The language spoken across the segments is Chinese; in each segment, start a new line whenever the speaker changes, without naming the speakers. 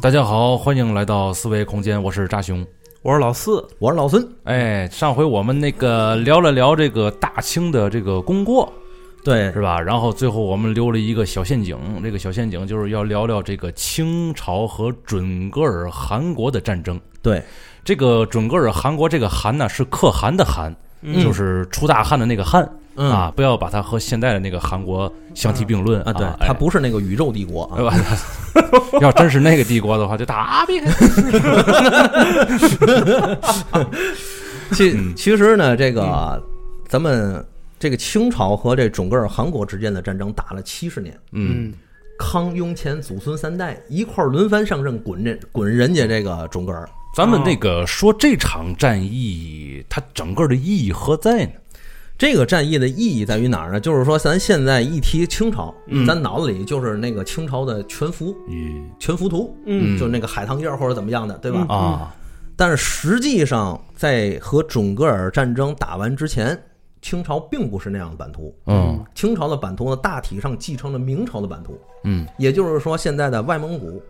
大家好，欢迎来到思维空间，我是扎熊。
我是老四，
我是老孙。
哎，上回我们那个聊了聊这个大清的这个功过，
对，
是吧？然后最后我们留了一个小陷阱，这个小陷阱就是要聊聊这个清朝和准噶尔汗国的战争。
对，
这个准噶尔汗国，这个汗呢是可汗的汗，就是出大汗的那个汗、
嗯
啊，不要把它和现在的那个韩国相提并论
啊，对，
哎
它不是那个宇宙帝国啊
哎，吧？要真是那个帝国的话，就打别。
其其实呢，这个咱们这个清朝和这准噶尔汗国之间的战争打了七十年，
嗯，
康雍乾祖孙三代一块儿轮番上阵，滚这滚人家这个准噶尔。
咱们那个说这场战役，它整个的意义何在呢？
这个战役的意义在于哪儿呢？就是说，咱现在一提清朝，咱脑子里就是那个清朝的全幅
嗯
全幅图，嗯，就是那个海棠叶儿或者怎么样的，对吧？
啊，
但是实际上，在和准噶尔战争打完之前，清朝并不是那样的版图。
嗯
清朝的版图呢，大体上继承了明朝的版图，
嗯
也就是说，现在的外蒙古、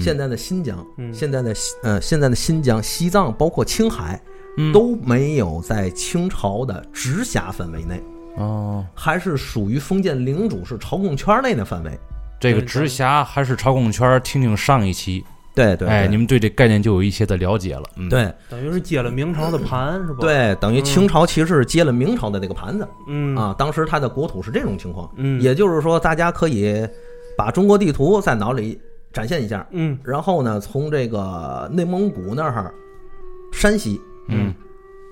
现在的新疆、现在的西呃现在的新疆、西藏，包括青海，
嗯
都没有在清朝的直辖范围内，
哦，
还是属于封建领主是朝贡圈内的范围。
这个直辖还是朝贡圈儿？听听上一期，
对对，
哎，
对
你们对这概念就有一些的了解了。嗯，
对
等于是接了明朝的盘，是吧？，
对，等于清朝其实是接了明朝的那个盘子。
嗯
啊，当时它的国土是这种情况，
嗯
也就是说，大家可以把中国地图在脑里展现一下，
嗯
然后呢，从这个内蒙古那儿，山西，
嗯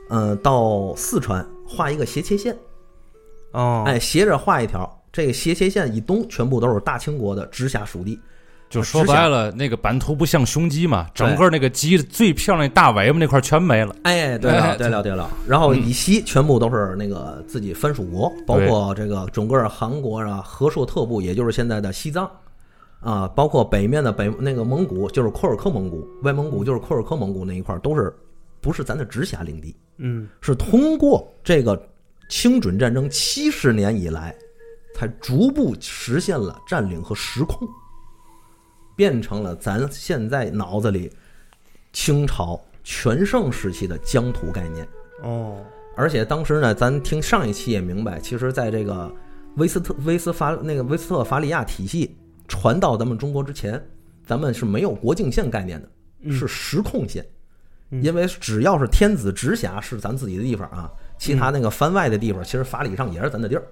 嗯、到四川画一个斜切线，
哦，
哎，斜着画一条，这个斜切线以东全部都是大清国的直辖属地，
就说白了，那个版图不像胸肌嘛，整个那个鸡最漂亮那大尾巴那块儿全没了。
哎，对
哎
了，对了，对了，然后以西全部都是那个自己藩属国，包括这个整个韩国啊、和硕特部，也就是现在的西藏啊，包括北面的北那个蒙古，就是库尔克蒙古，外蒙古就是库尔克蒙古那一块儿，都是不是咱的直辖领地，
嗯，
是通过这个清准战争七十年以来，才逐步实现了占领和实控，变成了咱现在脑子里清朝全盛时期的疆土概念。
哦，
而且当时呢，咱听上一期也明白，其实在这个威斯特威斯法那个威斯特法利亚体系传到咱们中国之前，咱们是没有国境线概念的，是实控线。因为只要是天子直辖是咱自己的地方啊，其他那个番外的地方，其实法理上也是咱的地儿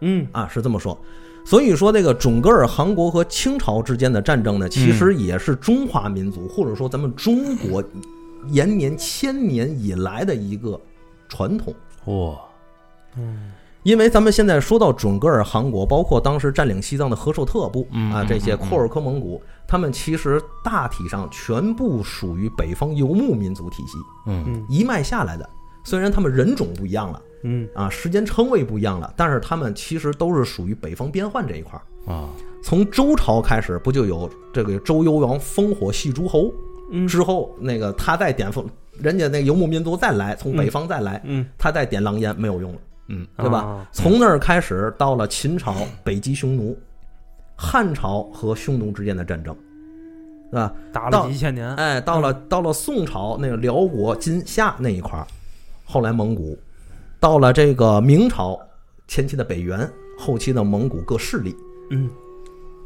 嗯
啊，是这么说。所以说，这个准噶尔汗国和清朝之间的战争呢，其实也是中华民族或者说咱们中国延绵千年以来的一个传统。
哇，
因为咱们现在说到准噶尔汗国，包括当时占领西藏的和硕特部
嗯
啊，
嗯
这些
嗯嗯
库尔克蒙古，他们其实大体上全部属于北方游牧民族体系，
嗯
一脉下来的。虽然他们人种不一样了
嗯
啊，时间称谓不一样了，但是他们其实都是属于北方边患这一块儿。
啊，
从周朝开始，不就有这个周幽王烽火戏诸侯？
嗯
之后那个他再点烽，人家那游牧民族再来，从北方再来，
嗯，
他再点狼烟没有用了。
嗯
对吧？
啊
从那儿开始，到了秦朝北击匈奴，汉朝和匈奴之间的战争，对吧？
打
到
了几千年，
哎，到了到了宋朝那个辽国、今夏那一块儿，后来蒙古，到了这个明朝前期的北元，后期的蒙古各势力，
嗯，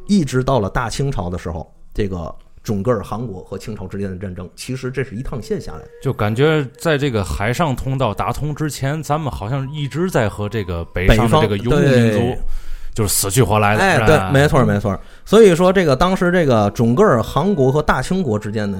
一直到了大清朝的时候，这个准噶尔汗国和清朝之间的战争，其实这是一趟线下来的。
就感觉在这个海上通道打通之前，咱们好像一直在和这个北上
北
的
方
这个游牧民族，就是死去活来的。
哎，
是吧
对，没错，没错。所以说，这个当时这个准噶尔汗国和大清国之间的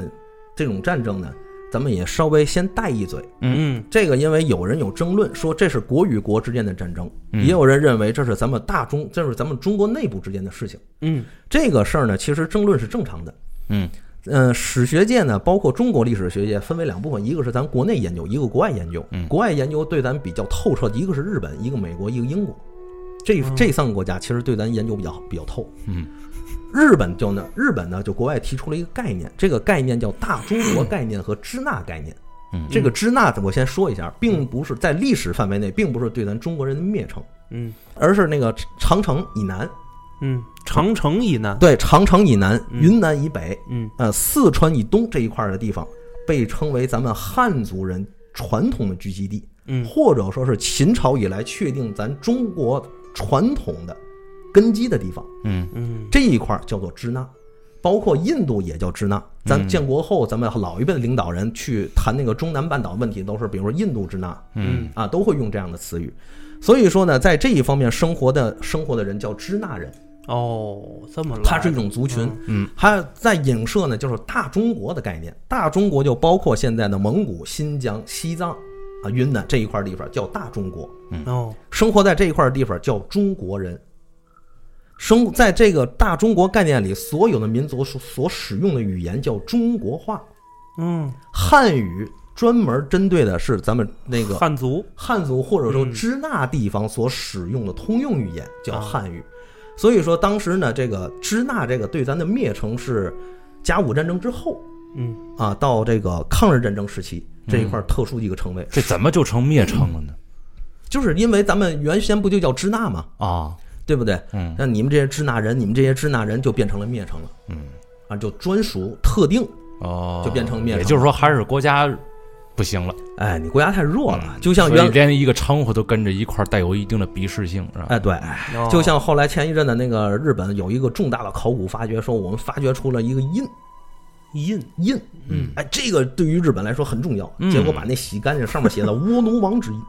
这种战争呢，咱们也稍微先带一嘴。
嗯
这个因为有人有争论说这是国与国之间的战争，
嗯
也有人认为这是咱们大中，这是咱们中国内部之间的事情。
嗯
这个事儿呢，其实争论是正常的。
嗯
嗯，史学界呢，包括中国历史学界，分为两部分，一个是咱国内研究，一个国外研究。
嗯
国外研究对咱比较透彻，一个是日本，一个美国，一个英国，这这三个国家其实对咱研究比较比较透。
嗯，
日本就呢，日本呢就国外提出了一个概念，这个概念叫大中国概念和支那概念。
嗯
这个支那我先说一下，并不是在历史范围内，并不是对咱中国人的蔑称，
嗯
而是那个长城以南
嗯，长城以南，
对，长城以南、
嗯
云南以北、
嗯
呃，四川以东这一块儿的地方，被称为咱们汉族人传统的聚集地，
嗯
或者说是秦朝以来确定咱中国传统的根基的地方。
嗯
嗯
这一块儿叫做支那，包括印度也叫支那。咱
嗯
建国后，咱们老一辈的领导人去谈那个中南半岛问题，都是比如说印度支那
嗯
啊，都会用这样的词语。所以说呢，在这一方面生活的生活的人叫支那人，
哦，这么来
它是一种族群。
嗯
它在影射呢，就是大中国的概念。大中国就包括现在的蒙古、新疆、西藏啊、云南这一块地方叫大中国。
嗯哦，
生活在这一块地方叫中国人。生在这个大中国概念里，所有的民族所所使用的语言叫中国话。
嗯，
汉语专门针对的是咱们那个
汉族，
汉族或者说
嗯
支那地方所使用的通用语言叫
啊
汉语。所以说，当时呢，这个支那这个对咱的灭城是甲午战争之后
嗯
啊，到这个抗日战争时期
嗯
这一块特殊的一个称谓，
这怎么就成灭城了呢？
就是因为咱们原先不就叫支那吗？
啊，
对不对？
嗯
那你们这些支那人，你们这些支那人就变成了灭城了
嗯，
啊，就专属特定。
哦，
就变成灭城
也就是说，还是国家不行了，
哎，你国家太弱了，
嗯
就像
所以
原
连一个称呼都跟着一块儿带有一定的鄙视性，是吧？
哎对，
哦
就像后来前一阵的那个日本有一个重大的考古发掘，说我们发掘出了一个印
印，
印，
嗯
哎，这个对于日本来说很重要。
嗯
结果把那洗干净，上面写的“倭奴王之印”，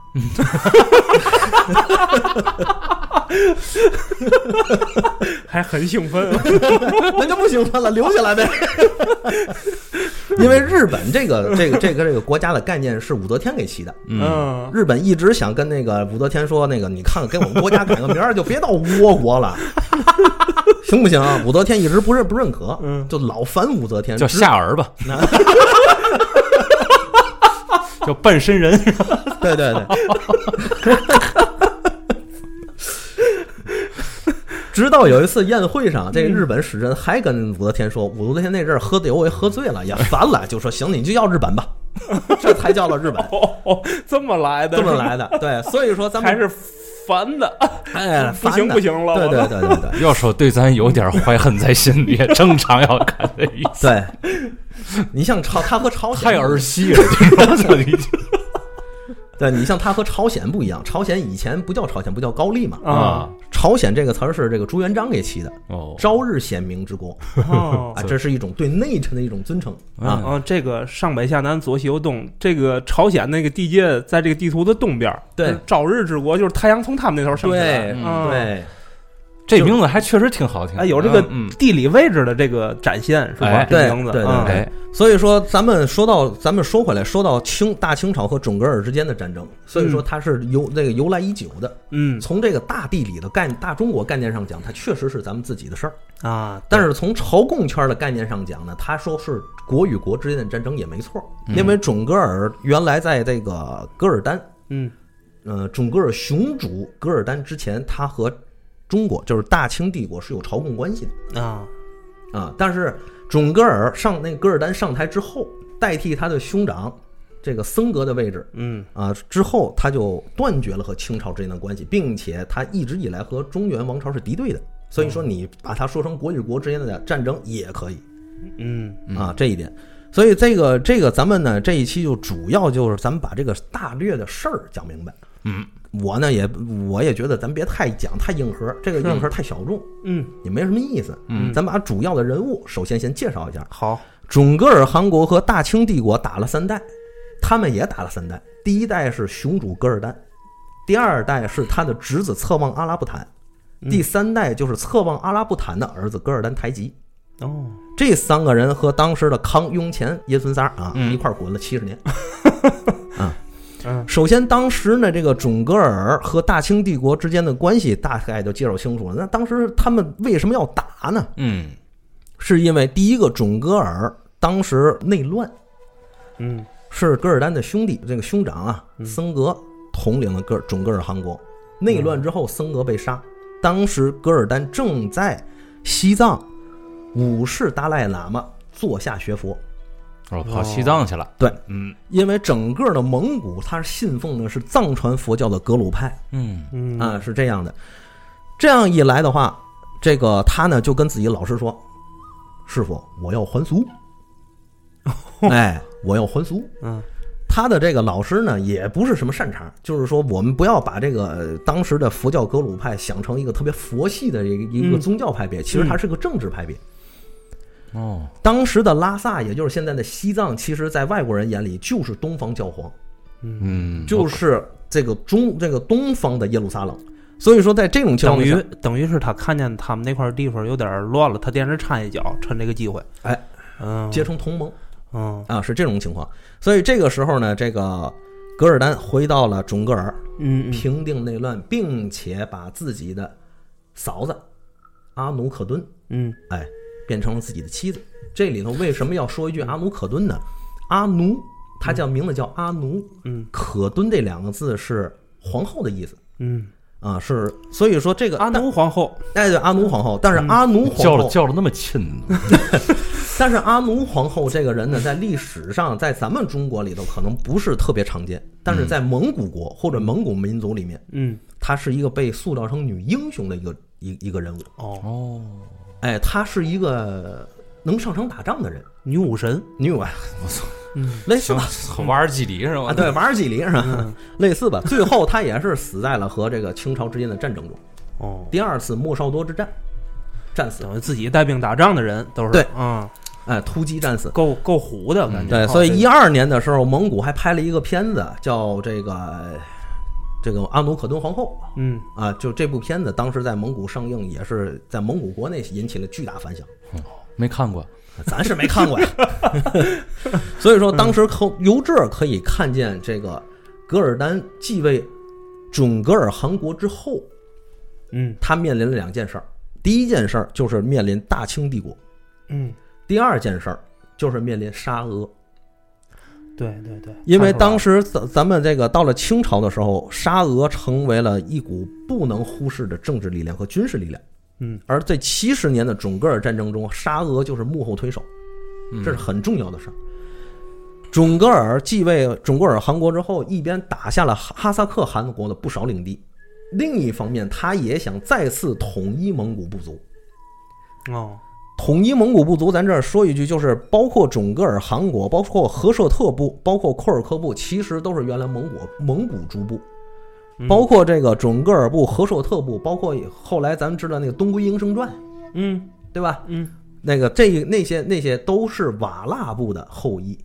还很兴奋，
那就不行了，留下来呗。 因为日本这个这个这个这个国家的概念是武则天给起的，
嗯，
日本一直想跟那个武则天说，那个你看看给我们国家改个名儿，就别到倭国了， 行不行？啊武则天一直不认不认可，
嗯
就老烦武则天，
叫
直
夏尔 吧，叫半身人，
对对对。直到有一次宴会上，这个日本使臣还跟武则天说，武则天那阵儿喝酒也喝醉了，也烦了，就说行，你就要日本吧， 这才叫了日本，
哦 哦，这么来的，
这么来的。对，所以说咱们
还是烦的，
哎，
不行
烦的
不行了，
对
我
对
的，
对对 对。
要说对咱有点怀恨在心，也正常要看的意思。
对，你像朝他和朝鲜
太儿戏 了，这种这已经
对你像他和朝鲜不一样，朝鲜以前不叫朝鲜，不叫高丽嘛。
啊，
朝鲜这个词儿是这个朱元璋给起的，
哦，
朝日显明之国
哦
啊，这是一种对内臣的一种尊称啊。
啊，这个上北下南左西右东，这个朝鲜那个地界在这个地图的东边儿，
对
就是朝日之国就是太阳从他们那头升起来，
对
嗯
对，
这名字还确实挺好听的。
哎，有这个
嗯，
地理位置的这个展现是吧？
哎
这名字，
对对
嗯
嗯
对
哎，
所以说咱们说到，咱们说回来，说到清大清朝和准噶尔之间的战争，所以说它是由那个由来已久的。
嗯
从这个大地理的概大中国概念上讲，它确实是咱们自己的事儿。
啊，
但是从朝贡圈的概念上讲呢，他说是国与国之间的战争也没错，因为准噶尔原来在这个噶尔丹，
嗯
呃，准噶尔雄主噶尔丹之前，他和中国就是大清帝国是有朝贡关系的
啊，
啊。但是准噶尔上那噶尔丹上台之后，代替他的兄长这个僧格的位置
嗯
啊，之后他就断绝了和清朝之间的关系，并且他一直以来和中原王朝是敌对的。所以说，你把它说成国与国之间的战争也可以。
嗯
啊，这一点。所以这个这个咱们呢这一期就主要就是咱们把这个大略的事儿讲明白。
嗯，
我呢也我也觉得咱别太讲太硬核，这个硬核太小众，
嗯，
也没什么意思。
嗯
咱把主要的人物首先先介绍一下。
好，
准噶尔汗国和大清帝国打了三代，他们也打了三代。第一代是雄主噶尔丹，第二代是他的侄子策妄阿拉布坦，第三代就是策妄阿拉布坦的儿子噶尔丹台吉。
哦，
这三个人和当时的康雍乾、爷孙仨啊、
嗯
一块儿滚了七十年。啊
嗯
首先，当时呢，这个准噶尔和大清帝国之间的关系大概就介绍清楚了。那当时他们为什么要打呢？
嗯
是因为第一个准噶尔当时内乱，
嗯
是噶尔丹的兄弟这个兄长啊
嗯
僧格统领了噶尔准噶尔汗国。内乱之后，僧格被杀，当时噶尔丹正在西藏五世达赖喇嘛座下学佛。
我跑西藏去了。
对，
嗯
因为整个的蒙古，它是信奉的是藏传佛教的格鲁派
嗯
嗯
啊，是这样的。这样一来的话，这个他呢就跟自己老师说：“师傅，我要还 俗。哎，我要还俗。
嗯，
他的这个老师呢，也不是什么善茬，就是说我们不要把这个呃当时的佛教格鲁派想成一个特别佛系的一个一个
嗯
宗教派别，其实它是个政治派别。
哦，
当时的拉萨，也就是现在的西藏，其实在外国人眼里就是东方教皇，
嗯，
就是这个中这个东方的耶路撒冷。所以说，在这种情
等
况
于
下，
等于是他看见他们那块地方有点乱了，他惦着掺一脚，趁这个机会，
哎，
嗯，
结成同盟
嗯
啊，是这种情况。所以这个时候呢，这个噶尔丹回到了准噶尔，
嗯嗯
平定内乱，并且把自己的嫂子阿努可敦
嗯
哎，变成了自己的妻子。这里头为什么要说一句阿努可敦呢？阿奴，他叫名字叫阿奴，
嗯，
可敦这两个字是皇后的意思
嗯，
啊，是所以说这个
阿嗯
但
奴皇后，
哎对阿奴皇后，但是阿奴
叫
皇
了
后，
叫了那么亲，
但是阿奴皇后这个人呢，在历史上在咱们中国里头可能不是特别常见，但是在蒙古国或者蒙古民族里面，
嗯
她是一个被塑造成女英雄的一个一一个人物，
哦，
哦，
哎，她是一个能上场打仗的人，
女武神，
女啊，
我操，
类似吧。
瓦尔基里是吧
啊，对，瓦尔济里是吧？类似吧。最后他也是死在了和这个清朝之间的战争中，
哦，
第二次莫绍多之战，战死。
等于自己带兵打仗的人都是
对
啊，
哎，突击战死。
够够虎的感觉，
对，
哦
所以
这
一二年的时候，蒙古还拍了一个片子，叫这个这个阿努可敦皇后
嗯
啊，就这部片子当时在蒙古上映，也是在蒙古国内引起了巨大反响。
没看过，
咱是没看过呀。 所以说，当时可由这儿可以看见，这个噶尔丹继位准噶尔汗国之后，
嗯
他面临了两件事儿。第一件事儿就是面临大清帝国，
嗯，
第二件事儿就是面临沙俄。
对对对，
因为
看出来
当时咱咱们这个到了清朝的时候，沙俄成为了一股不能忽视的政治力量和军事力量。
嗯，
而在七十年的准噶尔战争中，沙俄就是幕后推手，
嗯
这是很重要的事儿。准噶尔继位准噶尔汗国之后，一边打下了哈哈萨克汗国的不少领地，另一方面，他也想再次统一蒙古部族。
哦，
统一蒙古部族，咱这儿说一句，就是包括准噶尔汗国，包括和舍特部，包括库尔克部，其实都是原来蒙古蒙古族部，
嗯
包括这个准噶尔部、和舍特部，包括后来咱们知道那个《东归英生传》，
嗯
对吧？
嗯
那个这那些那些都是瓦剌部的后裔，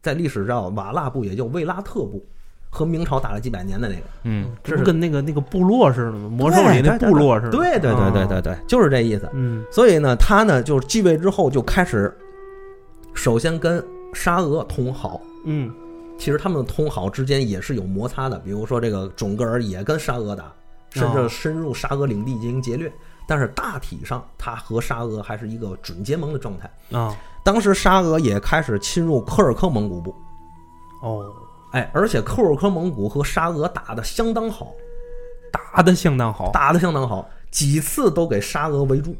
在历史上瓦剌部也叫卫拉特部，和明朝打了几百年的那个，
嗯，
这
这是
不跟那个那个部落似的吗？魔兽里那部落似的，
对对对对对
啊，
对，就是这意思。
嗯
所以呢，他呢就是继位之后就开始，首先跟沙俄通好。
嗯
其实他们通好之间也是有摩擦的，比如说这个准噶尔也跟沙俄打，甚至深入沙俄领地进行劫掠。但是大体上，他和沙俄还是一个准结盟的状态。
啊
当时沙俄也开始侵入柯尔克蒙古部，
哦，
哎，而且柯尔克蒙古和沙俄打得相当好，
打的相当好，
打得相当好，几次都给沙俄围住，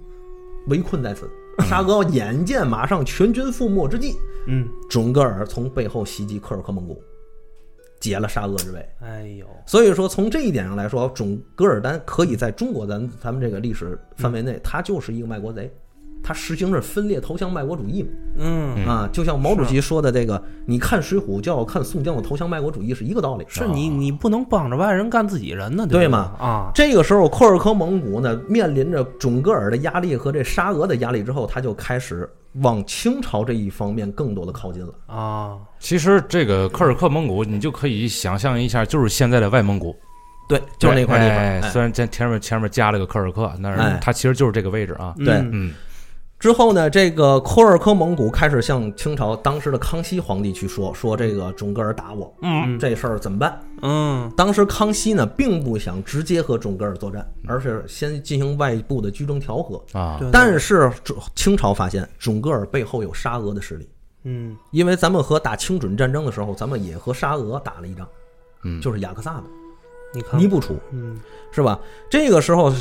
围困在此。沙俄眼见马上全军覆没之际，
嗯，
准噶尔从背后袭击柯尔克蒙古，解了沙俄之围。
哎呦，
所以说，从这一点上来说，准噶尔丹可以在中国咱咱们这个历史范围
嗯
内，他就是一个卖国贼，他实行着分裂投降卖国主义嘛。
嗯，
啊，就像毛主席说的这个，你看《水浒》就要看宋江的投降卖国主义是一个道理。
是你你不能帮着外人干自己人呢，
对
吧
嘛
啊，
这个时候，库尔克蒙古呢面临着准噶尔的压力和这沙俄的压力之后，他就开始往清朝这一方面更多的靠近了。
啊，
其实这个柯尔克蒙古，你就可以想象一下，就是现在的外蒙古，
对，就是那块地方。
哎
哎
虽然前前面前面加了个柯尔克，但
哎
是它其实就是这个位置啊。
对
嗯
嗯，
之后呢，这个库尔克蒙古开始向清朝当时的康熙皇帝去说，说这个准噶尔打我，
嗯
这事儿怎么办？
嗯
当时康熙呢并不想直接和准噶尔作战，而是先进行外部的居中调和。
啊，
对
但是准清朝发现准噶尔背后有沙俄的势力，
嗯
因为咱们和打清准战争的时候，咱们也和沙俄打了一仗，
嗯，
就是雅克萨的
你看
尼布楚，
嗯
是吧？这个时候，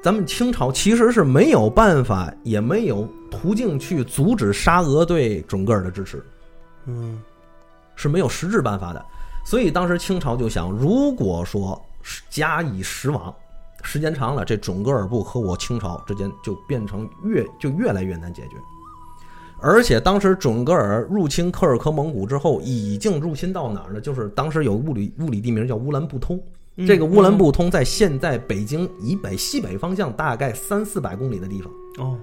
咱们清朝其实是没有办法，也没有途径去阻止沙俄对准噶尔的支持，
嗯
是没有实质办法的。所以当时清朝就想，如果说是加以实亡，时间长了，这准噶尔部和我清朝之间就变成越就越来越难解决。而且当时准噶尔入侵柯尔克蒙古之后，已经入侵到哪儿呢？就是当时有物理物理地名叫乌兰布通，
嗯
这个乌兰布通在现在北京以北西北方向大概三四百公里的地方，
哦，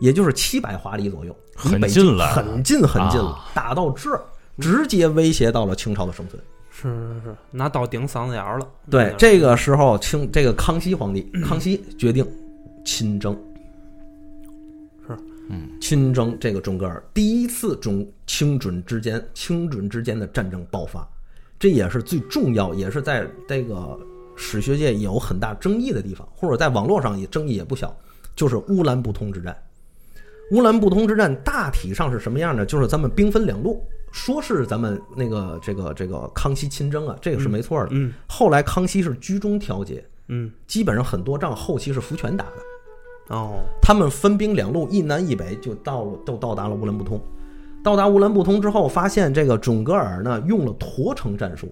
也就是七百华里左右，离
很
北京
近了
很近很近了
啊，
打到这儿直接威胁到了清朝的生存。
是是是，拿刀顶嗓子眼儿了。
对，这个时候清这个康熙皇帝，康熙决定亲征，
是，
嗯，
亲征这个准噶尔，第一次准清准之间清准之间的战争爆发，这也是最重要，也是在这个史学界有很大争议的地方，或者在网络上也争议也不小，就是乌兰布通之战。乌兰布通之战大体上是什么样呢？就是咱们兵分两路，说是咱们那个这个这个康熙亲征啊，这个是没错的。
嗯
后来康熙是居中调解，
嗯
基本上很多仗后期是福全打的。
哦，
他们分兵两路，一南一北就到了，都到达了乌兰布通。到达乌兰布通之后，发现这个准噶尔呢用了驼城战术，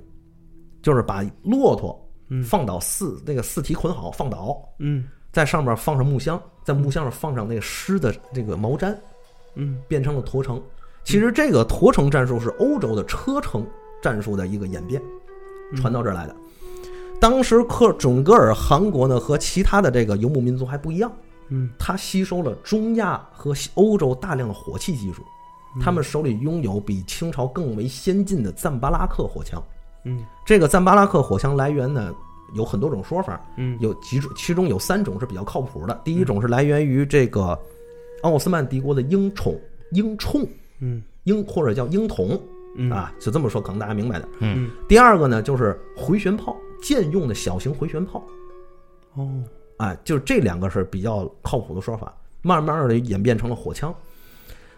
就是把骆驼放倒四、那个四蹄捆好放倒，
嗯
在上面放上木箱，在木箱上放上那个湿的这个毛毡，
嗯
变成了驼城。其实这个驼城战术是欧洲的车城战术的一个演变，传到这儿来的。当时克准噶尔汗国呢和其他的这个游牧民族还不一样，
嗯
它吸收了中亚和西欧洲大量的火器技术，
嗯
他们手里拥有比清朝更为先进的赞巴拉克火枪。
嗯
这个赞巴拉克火枪来源呢有很多种说法，
嗯
有几种，其中有三种是比较靠谱的。第一种是来源于这个奥斯曼帝国的鹰宠、鹰铳、
嗯
鹰或者叫鹰筒
嗯
啊，就这么说，可能大家明白的。
嗯
第二个呢，就是回旋炮，舰用的小型回旋炮，
哦
啊，就是这两个是比较靠谱的说法。慢慢的演变成了火枪，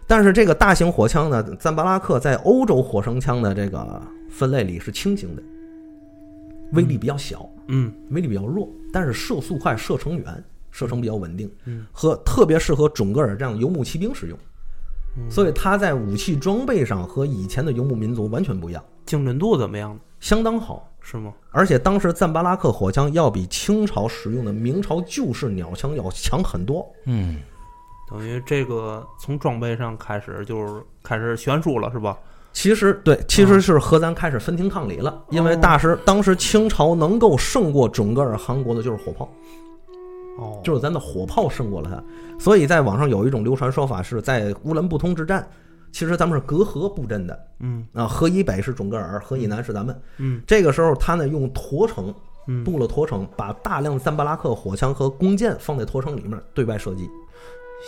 但是这个大型火枪呢，赞巴拉克在欧洲火绳枪的这个分类里是轻型的，威力比较小。
嗯
威力比较弱，但是射速快，射程远，射程比较稳定，和特别适合准噶尔这样游牧骑兵使用。
嗯
所以它在武器装备上和以前的游牧民族完全不一样，
精准度怎么样呢？
相当好。
是吗？
而且当时赞巴拉克火枪要比清朝使用的明朝旧式鸟枪要强很多。
嗯，
等于这个从装备上开始就是开始悬殊了，是吧？
其实对，其
嗯
实是和咱开始分庭抗礼
哦
了，因为大师当时清朝能够胜过准噶尔汗国的就是火炮。
哦，
就是咱的火炮胜过了它。所以在网上有一种流传说法是在乌兰布通之战，其实咱们是隔河布阵的
嗯
啊，河以北是准噶尔，河以南是咱们。
嗯，
这个时候他呢用驼城
嗯，
布了驼城，把大量赞巴拉克火枪和弓箭放在驼城里面对外射
哦
击。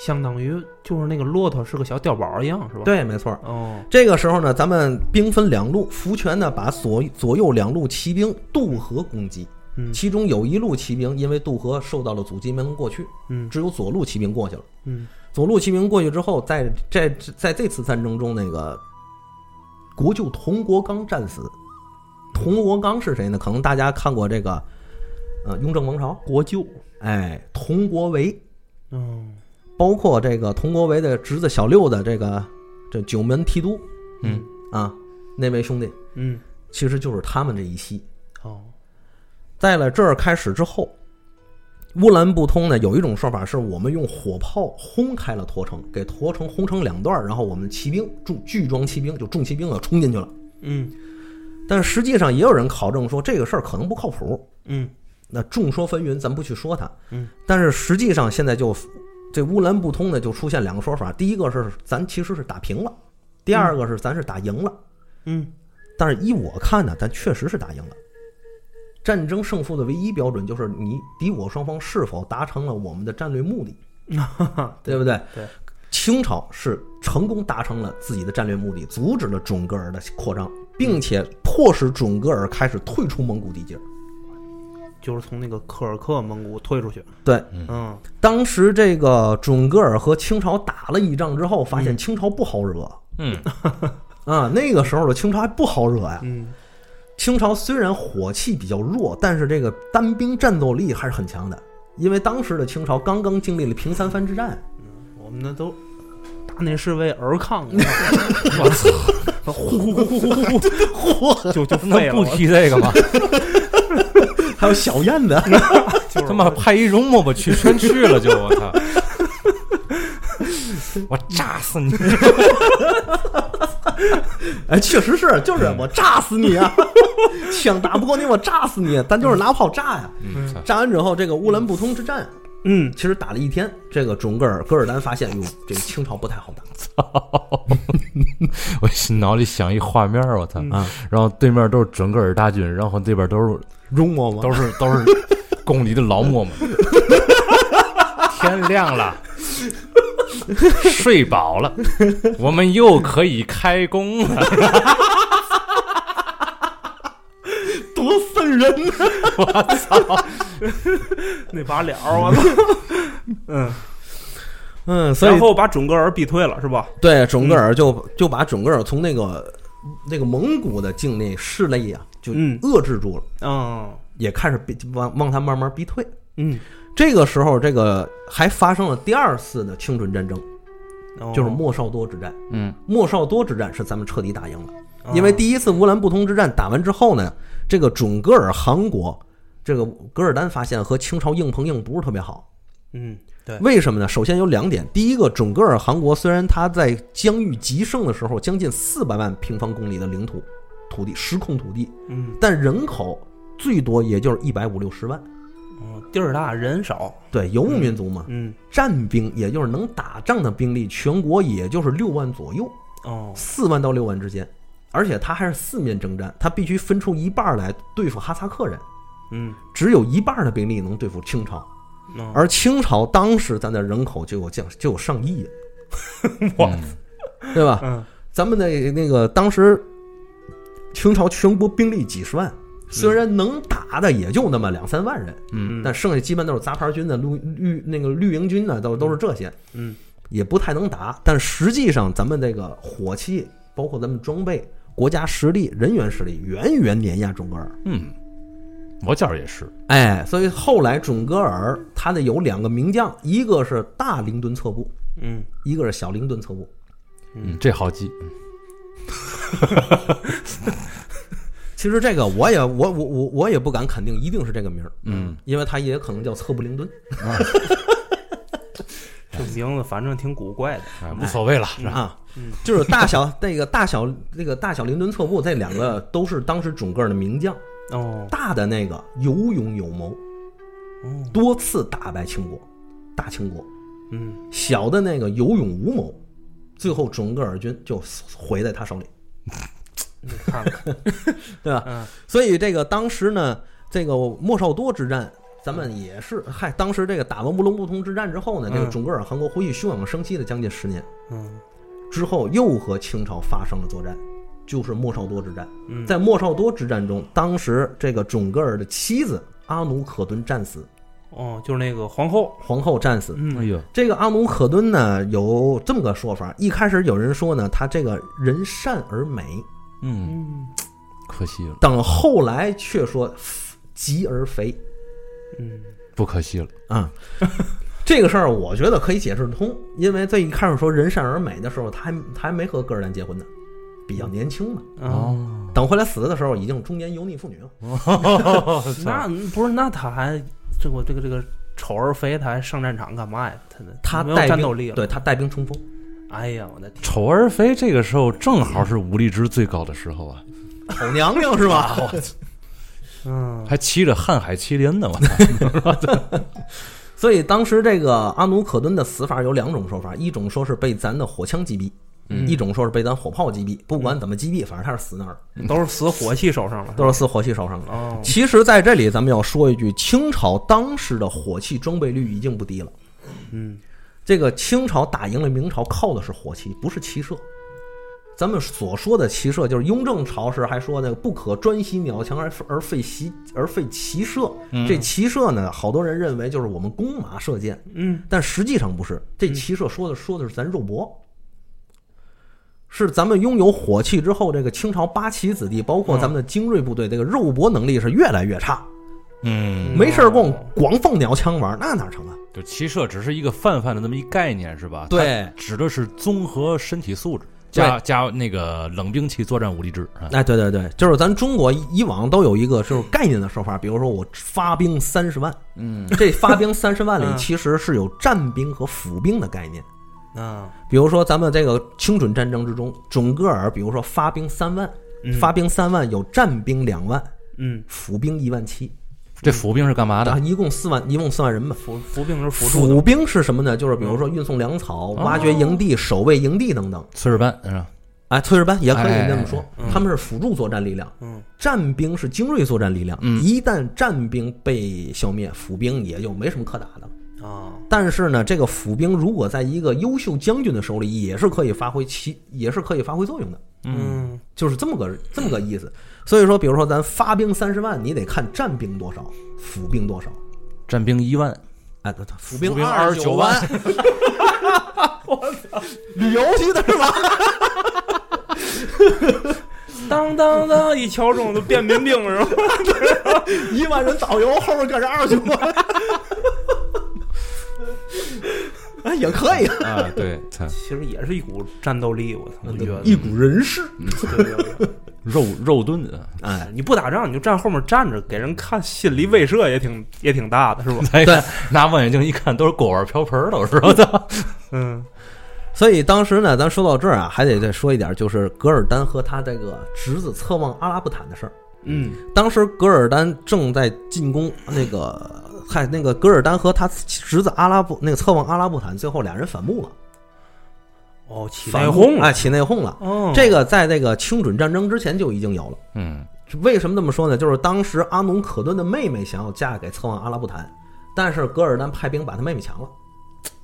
相当于就是那个骆驼是个小碉堡一样，是吧？，
对，没错。
哦，
这个时候呢，咱们兵分两路，福全呢把左左右两路骑兵渡河攻击，
嗯
其中有一路骑兵因为渡河受到了阻击，没能过去，
嗯
只有左路骑兵过去了。
嗯
左路骑兵过去之后，在在在这次战争中，那个国舅佟国刚战死。佟国刚是谁呢？可能大家看过这个，呃，《雍正王朝》。
国舅，
哎，佟国维，
嗯
包括这个佟国维的侄子小六的这个这九门提督，
嗯
啊，那位兄弟，
嗯，
其实就是他们这一系。
哦，
在了这儿开始之后，乌兰布通呢有一种说法是我们用火炮轰开了驼城，给驼城轰成两段儿，然后我们骑兵重巨装骑兵就重骑兵啊冲进去了。
嗯
但实际上也有人考证说这个事儿可能不靠谱，
嗯
那众说纷纭，咱不去说它。
嗯，
但是实际上现在就这乌兰布通呢就出现两个说法，第一个是咱其实是打平了，第二个是咱是打赢了。
嗯，
但是依我看呢，咱确实是打赢了。战争胜负的唯一标准就是你敌我双方是否达成了我们的战略目的， 对不对？
嗯对，
清朝是成功达成了自己的战略目的，阻止了准噶尔的扩张，并且迫使准噶尔开始退出蒙古地界儿。
就是从那个科尔克蒙古退出去，
对，
嗯
当时这个准噶尔和清朝打了一仗之后，发现清朝不好惹
嗯，
啊，那个时候的清朝还不好惹呀。
嗯
清朝虽然火器比较弱，但是这个单兵战斗力还是很强的。因为当时的清朝刚刚经历了平三藩之战，
我们那都打那是为尔康，
我操，
呼呼呼呼呼 呼，就就废
那
了，
不提这个吗？
还有小燕子，
就他妈派一容嬷嬷去全去了，就我操！我炸死你！
哎，确实是，就是我炸死你啊！枪打不过你，我炸死你！咱就是拿炮炸呀！
嗯操
炸完之后，这个乌兰布通之战
嗯，
其实打了一天，这个准噶尔噶尔丹发现，哟，这个清朝不太好打。
我脑里想一画面，我操！
嗯
啊
然后对面都是准噶尔大军，然后这边都是
容嬷 嬷
都是都是宫里的老嬷嬷。 天亮了，睡饱了，我们又可以开工了。
多瘆人呢！
那把了儿，我操，嗯，
嗯，所以
然后把准噶尔逼退了是吧？
对准噶尔就就把准噶尔从那个那个蒙古的境内势力啊，就
嗯
遏制住了，
嗯
也开始逼往往他慢慢逼退。
嗯，
这个时候，这个还发生了第二次的清准战争，
哦
就是莫绍多之战。
嗯，
莫绍多之战是咱们彻底打赢了，
啊哦
因为第一次乌兰布通之战打完之后呢，这个准噶尔汗国，这个噶尔丹发现和清朝硬碰硬不是特别好，
嗯对
为什么呢？首先有两点，第一个，准噶尔汗国虽然它在疆域极盛的时候，将近四百万平方公里的领土土地失控土地，
嗯
但人口最多也就是一百五六十万，
哦地儿大人少，
对游牧民族嘛，
嗯
战兵也就是能打仗的兵力，全国也就是六万左右，
哦
四万到六万之间，而且他还是四面征战，他必须分出一半儿来对付哈萨克人，
嗯
只有一半儿的兵力能对付清朝，
哦
而清朝当时咱的人口就有将就有上亿，
我
对吧？
嗯
咱们的那个当时清朝全国兵力几十万，虽然能打的也就那么两三万人，
嗯
但剩下基本都是杂牌军的绿绿那个绿营军呢，都都是这些，
嗯
也不太能打。但实际上，咱们这个火器，包括咱们装备、国家实力、人员实力，远远碾压准噶尔。
嗯，我觉着也是。
哎，所以后来准噶尔他的有两个名将，一个是大灵顿侧部，
嗯
一个是小灵顿侧部。
嗯，这好记。
其实这个我也我我我我也不敢肯定一定是这个名儿，嗯，因为他也可能叫侧布灵顿。
这名字反正挺古怪的，
哎，无所谓了。
啊，就是大小那个大小那个大小林顿侧部这两个都是当时准噶尔的名将，
哦
大的那个有勇有谋，
哦
多次打败清国，大清国；
嗯
小的那个有勇无谋，最后准噶尔军就毁在他手里，
你看看，
对吧？
嗯
所以这个当时呢，这个莫绍多之战。咱们也是，嗨，当时这个打完乌龙布通之战之后呢，这个
嗯
准噶尔汗国恢复休养生息了将近十年，
嗯
之后又和清朝发生了作战，就是莫绍多之战。
嗯
在莫绍多之战中，当时这个准噶尔的妻子阿努可敦战死，
哦就是那个皇后，
皇后战死。
哎
嗯
呦，
这个阿努可敦呢，有这么个说法：一开始有人说呢，他这个人善而美，
嗯，
嗯
可惜了，
等后来却说疾而肥
嗯
不可惜了。
啊。 这个事儿我觉得可以解释得通，因为最一开始说人善而美的时候，他还他还没和噶尔丹结婚呢，比较年轻嘛。
哦。
等回来死的时候，已经中年油腻妇女了。
那不是那他还这我这个这个丑而肥，他还上战场干嘛呀？他的
他
没有
带
战
兵
斗力了。
对他带兵冲锋
哎呀，我的天！
丑而肥这个时候正好是武力值最高的时候啊，
丑娘娘是 吧？
嗯
还骑着瀚海麒麟呢，我操！
所以当时这个阿努可敦的死法有两种说法，一种说是被咱的火枪击毙，
嗯
一种说是被咱火炮击毙。不管怎么击毙，反正他是死那儿了，
都是死火器手上了。
都是死火器手上了。
哦，
其实，在这里咱们要说一句，清朝当时的火器装备率已经不低了。
嗯，
这个清朝打赢了明朝，靠的是火器，不是骑射。咱们所说的骑射，就是雍正朝时还说那个不可专习鸟枪而而废骑而废骑射。这骑射呢，好多人认为就是我们弓马射箭，
嗯，
但实际上不是。这骑射说的说的是咱肉搏，是咱们拥有火器之后，这个清朝八旗子弟，包括咱们的精锐部队，这个肉搏能力是越来越差。
嗯，
没事儿光光放鸟枪玩，那哪成啊？
就骑射只是一个泛泛的那么一概念是吧？
对
它指的是综合身体素质。加加那个冷兵器作战武力值，啊
哎，对对对，就是咱中国以往都有一个就是概念的说法，比如说我发兵三十万，
嗯，
这发兵三十 万里
嗯
其实是有战兵和府兵的概念。
啊，
比如说咱们这个清准战争之中，准噶尔比如说发兵三万，发兵三万有战兵两万，
嗯，
府兵一万七，
这府兵是干嘛
啊，
的？
一共四万，一共四万人吧。
服服兵是辅助的，嗯哦
府兵是什么呢？就是比如说运送粮草、挖掘营地、守卫营地等等。
炊事班是吧？
哎，炊事班也可以这么说，
哎嗯
他们是辅助作战力量。
嗯，
战兵是精锐作战力量，
嗯
一旦战兵被消灭，府兵也就没什么可打的了。
啊，
但是呢，这个府兵如果在一个优秀将军的手里，也是可以发挥其也是可以发挥作用的，
嗯
就是这么个这么个意思。所以说，比如说咱发兵三十万，你得看战兵多少，府兵多少。
战兵一万，
哎，对对，府
兵29万，
旅游去的是吧？
当当当，一敲钟就变民兵是吧？
一万人导游后面搁着二十 万，哎，也可以，
啊，对， 操
其实也是一股战斗力，我操，我觉得
一股人势。
嗯对对对
肉肉盾啊，
哎，
你不打仗你就站后面站着，给人看心理威慑也挺也挺大的，是吧？
对，拿望远镜一看，都是锅碗瓢盆儿，都是我操，
嗯
所以当时呢，咱说到这儿啊，还得再说一点，就是噶尔丹和他这个侄子侧望阿拉布坦的事儿。
嗯
当时噶尔丹正在进攻那个，嗨，那个噶尔丹和他侄子阿拉布那个侧望阿拉布坦，最后俩人反目了，
哦，起内
反
讧了
哎，，起内讧了。
哦，
这个在这个清准战争之前就已经有了。
嗯，
为什么这么说呢？就是当时阿努可顿的妹妹想要嫁给侧望阿拉布坦，但是噶尔丹派兵把他妹妹抢了，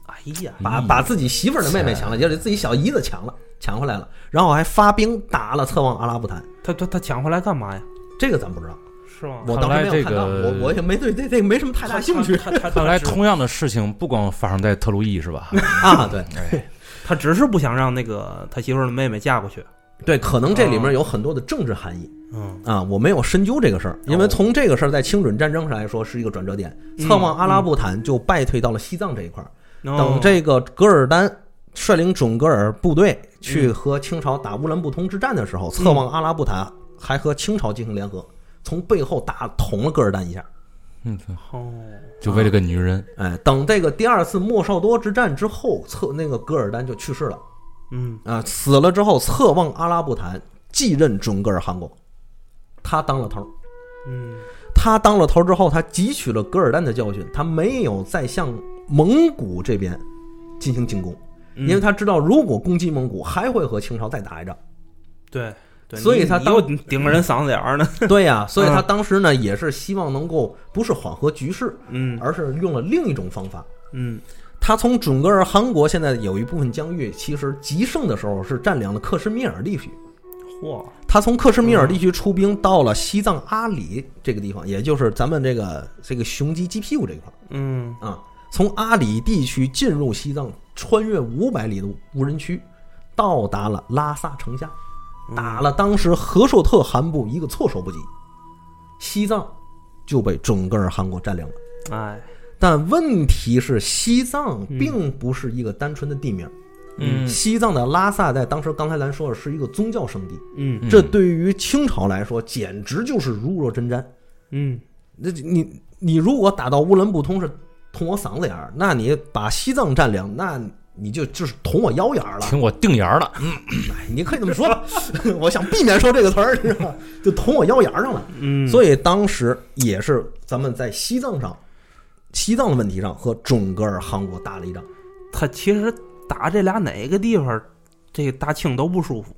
哎呀，
把
嗯
把自己媳妇儿的妹妹抢了，也就是自己小姨子抢了，抢回来了，然后还发兵打了侧望阿拉布坦。
他他他抢回来干嘛呀？
这个咱不知道，
是吗？
我当时没有看到，
看来这个
我我也没对这这个没什么太大兴趣
他他他
看来
他只
同样的事情不光发生在特洛伊是吧？
啊。对
他只是不想让那个他媳妇儿的妹妹嫁过去。
对，可能这里面有很多的政治含义
嗯
啊，我没有深究这个事儿，因为从这个事儿在清准战争上来说是一个转折点，侧望阿拉布坦就败退到了西藏这一块儿。
嗯哦
等这个噶尔丹率领准噶尔部队去和清朝打乌兰布通之战的时候，侧望阿拉布坦还和清朝进行联合，从背后打捅了噶尔丹一下。
嗯，操
哦，
就为了个女人，
哎，等这个第二次莫绍多之战之后，侧那个噶尔丹就去世了
嗯，
啊，死了之后，侧望阿拉布坦继任准噶尔汗国，他当了头儿。
嗯，
他当了头之后，他汲取了噶尔丹的教训，他没有再向蒙古这边进行进攻，
嗯
因为他知道如果攻击蒙古，还会和清朝再打一 仗。
对，对
所以
你
他
你
当
又顶着人嗓子眼儿呢。
对呀、所以他当时呢也是希望能够不是缓和局势，
嗯
而是用了另一种方法。
嗯
他从准噶尔汗国现在有一部分疆域，其实极盛的时候是占领了克什米尔地区。
嚯，
他从克什米
嗯
尔地区出兵到了西藏阿里这个地方，也就是咱们这个这个雄鸡鸡屁股这一块儿。
嗯
啊，从阿里地区进入西藏，穿越五百里的无人区，到达了拉萨城下，
嗯
打了当时和硕特汗部一个措手不及，西藏就被准噶尔汗国占领了。
哎，
但问题是，西藏并不是一个单纯的地名。
嗯
西藏的拉萨在当时刚才咱说的是一个宗教圣地，
嗯
嗯
这对于清朝来说简直就是如若针毡。
嗯
那你你如果打到乌兰布通是捅我嗓子眼儿，那你把西藏占领，那你就就是捅我腰眼儿了。
听我定眼儿了，
哎你可以这么说， 我想避免说这个词儿，你知道吗？就捅我腰眼儿上了。
嗯，
所以当时也是咱们在西藏上，西藏的问题上和准噶尔汗国打了一仗。
他其实打这俩哪个地方，这大清都不舒服。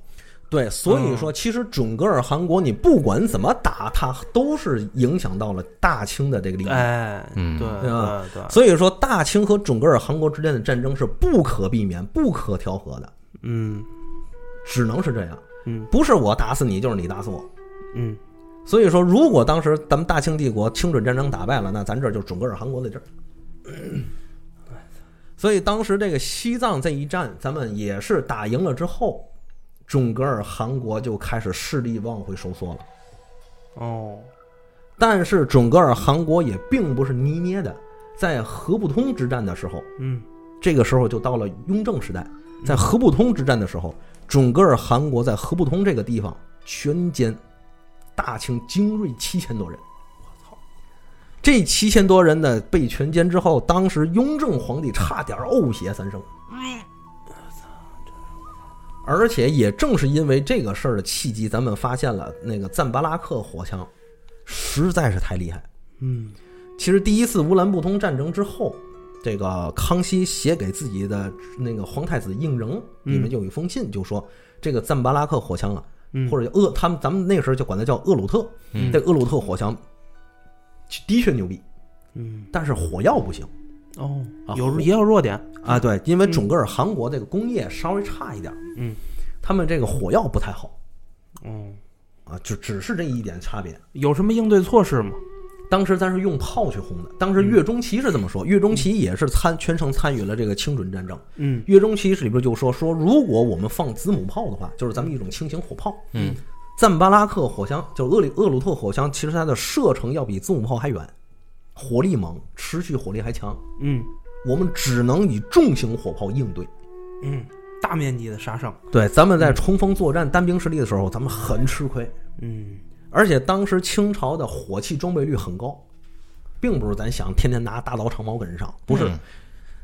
对，所以
嗯
说其实准噶尔汗国你不管怎么打，它都是影响到了大清的这个利益。
哎，
嗯
对
对吧
对对，
所以说，大清和准噶尔汗国之间的战争是不可避免、不可调和的。
嗯
只能是这样，
嗯，
不是我打死你，就是你打死我。
嗯
所以说，如果当时咱们大清帝国清准战争打败了，那咱这儿就准噶尔汗国的地儿。所以当时这个西藏这一战，咱们也是打赢了之后，准噶尔汗国就开始势力往回收缩了。
哦，
但是准噶尔汗国也并不是泥捏的，在河不通之战的时候，
嗯
这个时候就到了雍正时代。在河不通之战的时候，准噶尔汗国在河不通这个地方全歼大清精锐七千多人。这七千多人呢被全歼之后，当时雍正皇帝差点呕血三升。而且也正是因为这个事儿的契机，咱们发现了那个赞巴拉克火枪实在是太厉害。
嗯
其实第一次乌兰布通战争之后，这个康熙写给自己的那个皇太子胤禛里面就有一封信，就说这个赞巴拉克火枪啊，
嗯，
或者叫厄，他们咱们那个时候就管它叫厄鲁特，
嗯
这个厄鲁特火枪的确牛逼，
嗯
但是火药不行
哦
啊，
有
火
也有弱点，
啊。对，因为整个韩国这个工业稍微差一点，
嗯，
他们这个火药不太好
哦，
啊，就只是这一点差别。
有什么应对措施吗？
当时咱是用炮去轰的，当时岳钟琪是这么说，岳钟琪也是参全程参与了这个清准战争。
嗯
岳钟琪里边就说说，如果我们放子母炮的话，就是咱们一种轻型火炮。
嗯，
赞巴拉克火枪就是厄里厄鲁特火枪，其实它的射程要比子母炮还远，火力猛，持续火力还强。
嗯
我们只能以重型火炮应对。
嗯，大面积的杀伤，
对，咱们在冲锋作战单兵实力的时候，咱们很吃亏。
嗯
而且当时清朝的火器装备率很高，并不是咱想天天拿大刀长矛跟人上，不是。
嗯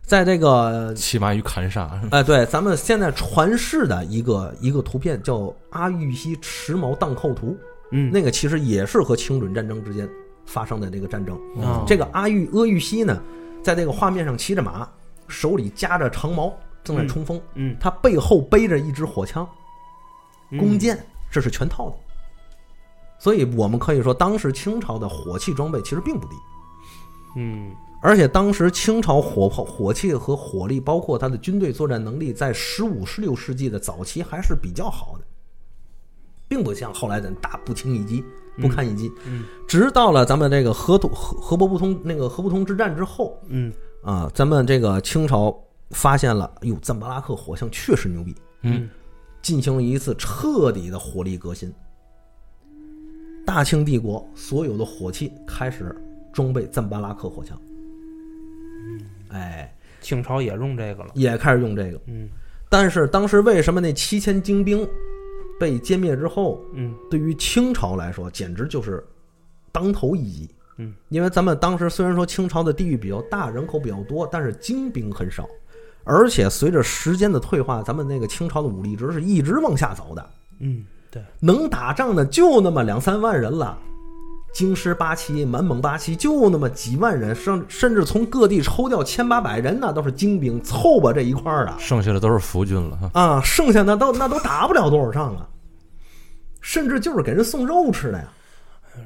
在这个
骑马与砍杀，
哎，对，咱们现在传世的一个一个图片叫《阿育西持矛荡寇图》，
嗯，
那个其实也是和清准战争之间发生的这个战争。
哦
这个阿育阿育西呢，在这个画面上骑着马，手里夹着长矛，正在冲锋。
嗯
他背后背着一支火枪、
嗯
弓箭，这是全套的。所以我们可以说，当时清朝的火器装备其实并不低，
嗯
而且当时清朝火炮、火器和火力，包括它的军队作战能力，在十五、十六世纪的早期还是比较好的，并不像后来的大不轻一击、不堪一击。
嗯
直到了咱们这个河图河河伯不通那个河不通之战之后
嗯
啊，咱们这个清朝发现了，哟，赞巴拉克火枪确实牛逼，
嗯，
进行了一次彻底的火力革新。大清帝国所有的火器开始装备赞巴拉克火枪，哎，
清朝也用这个了，
也开始用这个。
嗯
但是当时为什么那七千精兵被歼灭之后，
嗯
对于清朝来说简直就是当头一击？
嗯，
因为咱们当时虽然说清朝的地域比较大，人口比较多，但是精兵很少，而且随着时间的退化，咱们那个清朝的武力值是一直往下走的。
嗯，对，
能打仗的就那么两三万人了，京师八旗、满蒙八旗就那么几万人，甚甚至从各地抽调千八百人，那都是精兵，凑吧这一块儿啊
剩下的都是伏军 了哈。
啊，剩下那都那都打不了多少仗啊，甚至就是给人送肉吃的呀。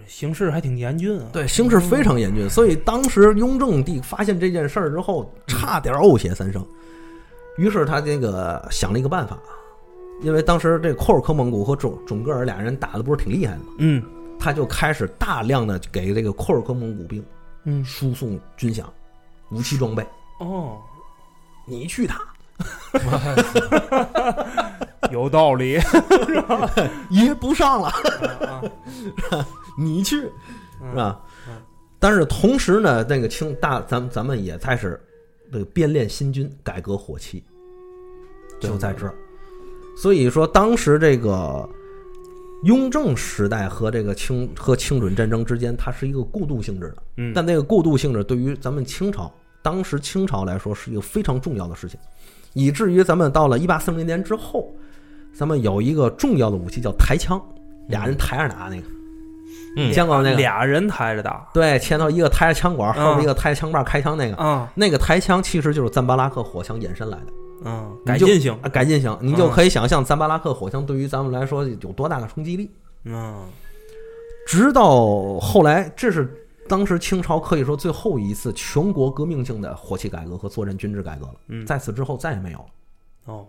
形势还挺严峻啊，
对，形势非常严峻，所以当时雍正帝发现这件事儿之后，差点呕血三升。于是他这个想了一个办法，因为当时这库尔克蒙古和准准噶尔俩人打的不是挺厉害的吗？
嗯
他就开始大量的给这个库尔克蒙古兵
嗯
输送军饷、武器装备。
哦，
你去他，
有道理，
爷不上了，
啊
你去
嗯
是吧
嗯？
但是同时呢，那个清大咱咱们也开始这个编练新军，改革火器，
对
就在这儿。所以说，当时这个雍正时代和这个清和清准战争之间，它是一个过渡性质的。
嗯
但那个过渡性质对于咱们清朝当时清朝来说是一个非常重要的事情，以至于咱们到了一八四零年之后，咱们有一个重要的武器叫抬枪，俩人抬着拿那个，
嗯
你见过那个？
俩人抬着打
对，前头一个抬着枪管，
嗯
后边一个抬着枪把开枪那个。
啊
那个抬枪其实就是赞巴拉克火枪衍生来的，
嗯，
你
改
就
进性，
啊，改进型，你就
嗯
可以想象赞巴拉克火枪对于咱们来说有多大的冲击力。
嗯
直到后来，这是当时清朝可以说最后一次全国革命性的火器改革和作战军制改革了。
嗯
在此之后再也没有了。
哦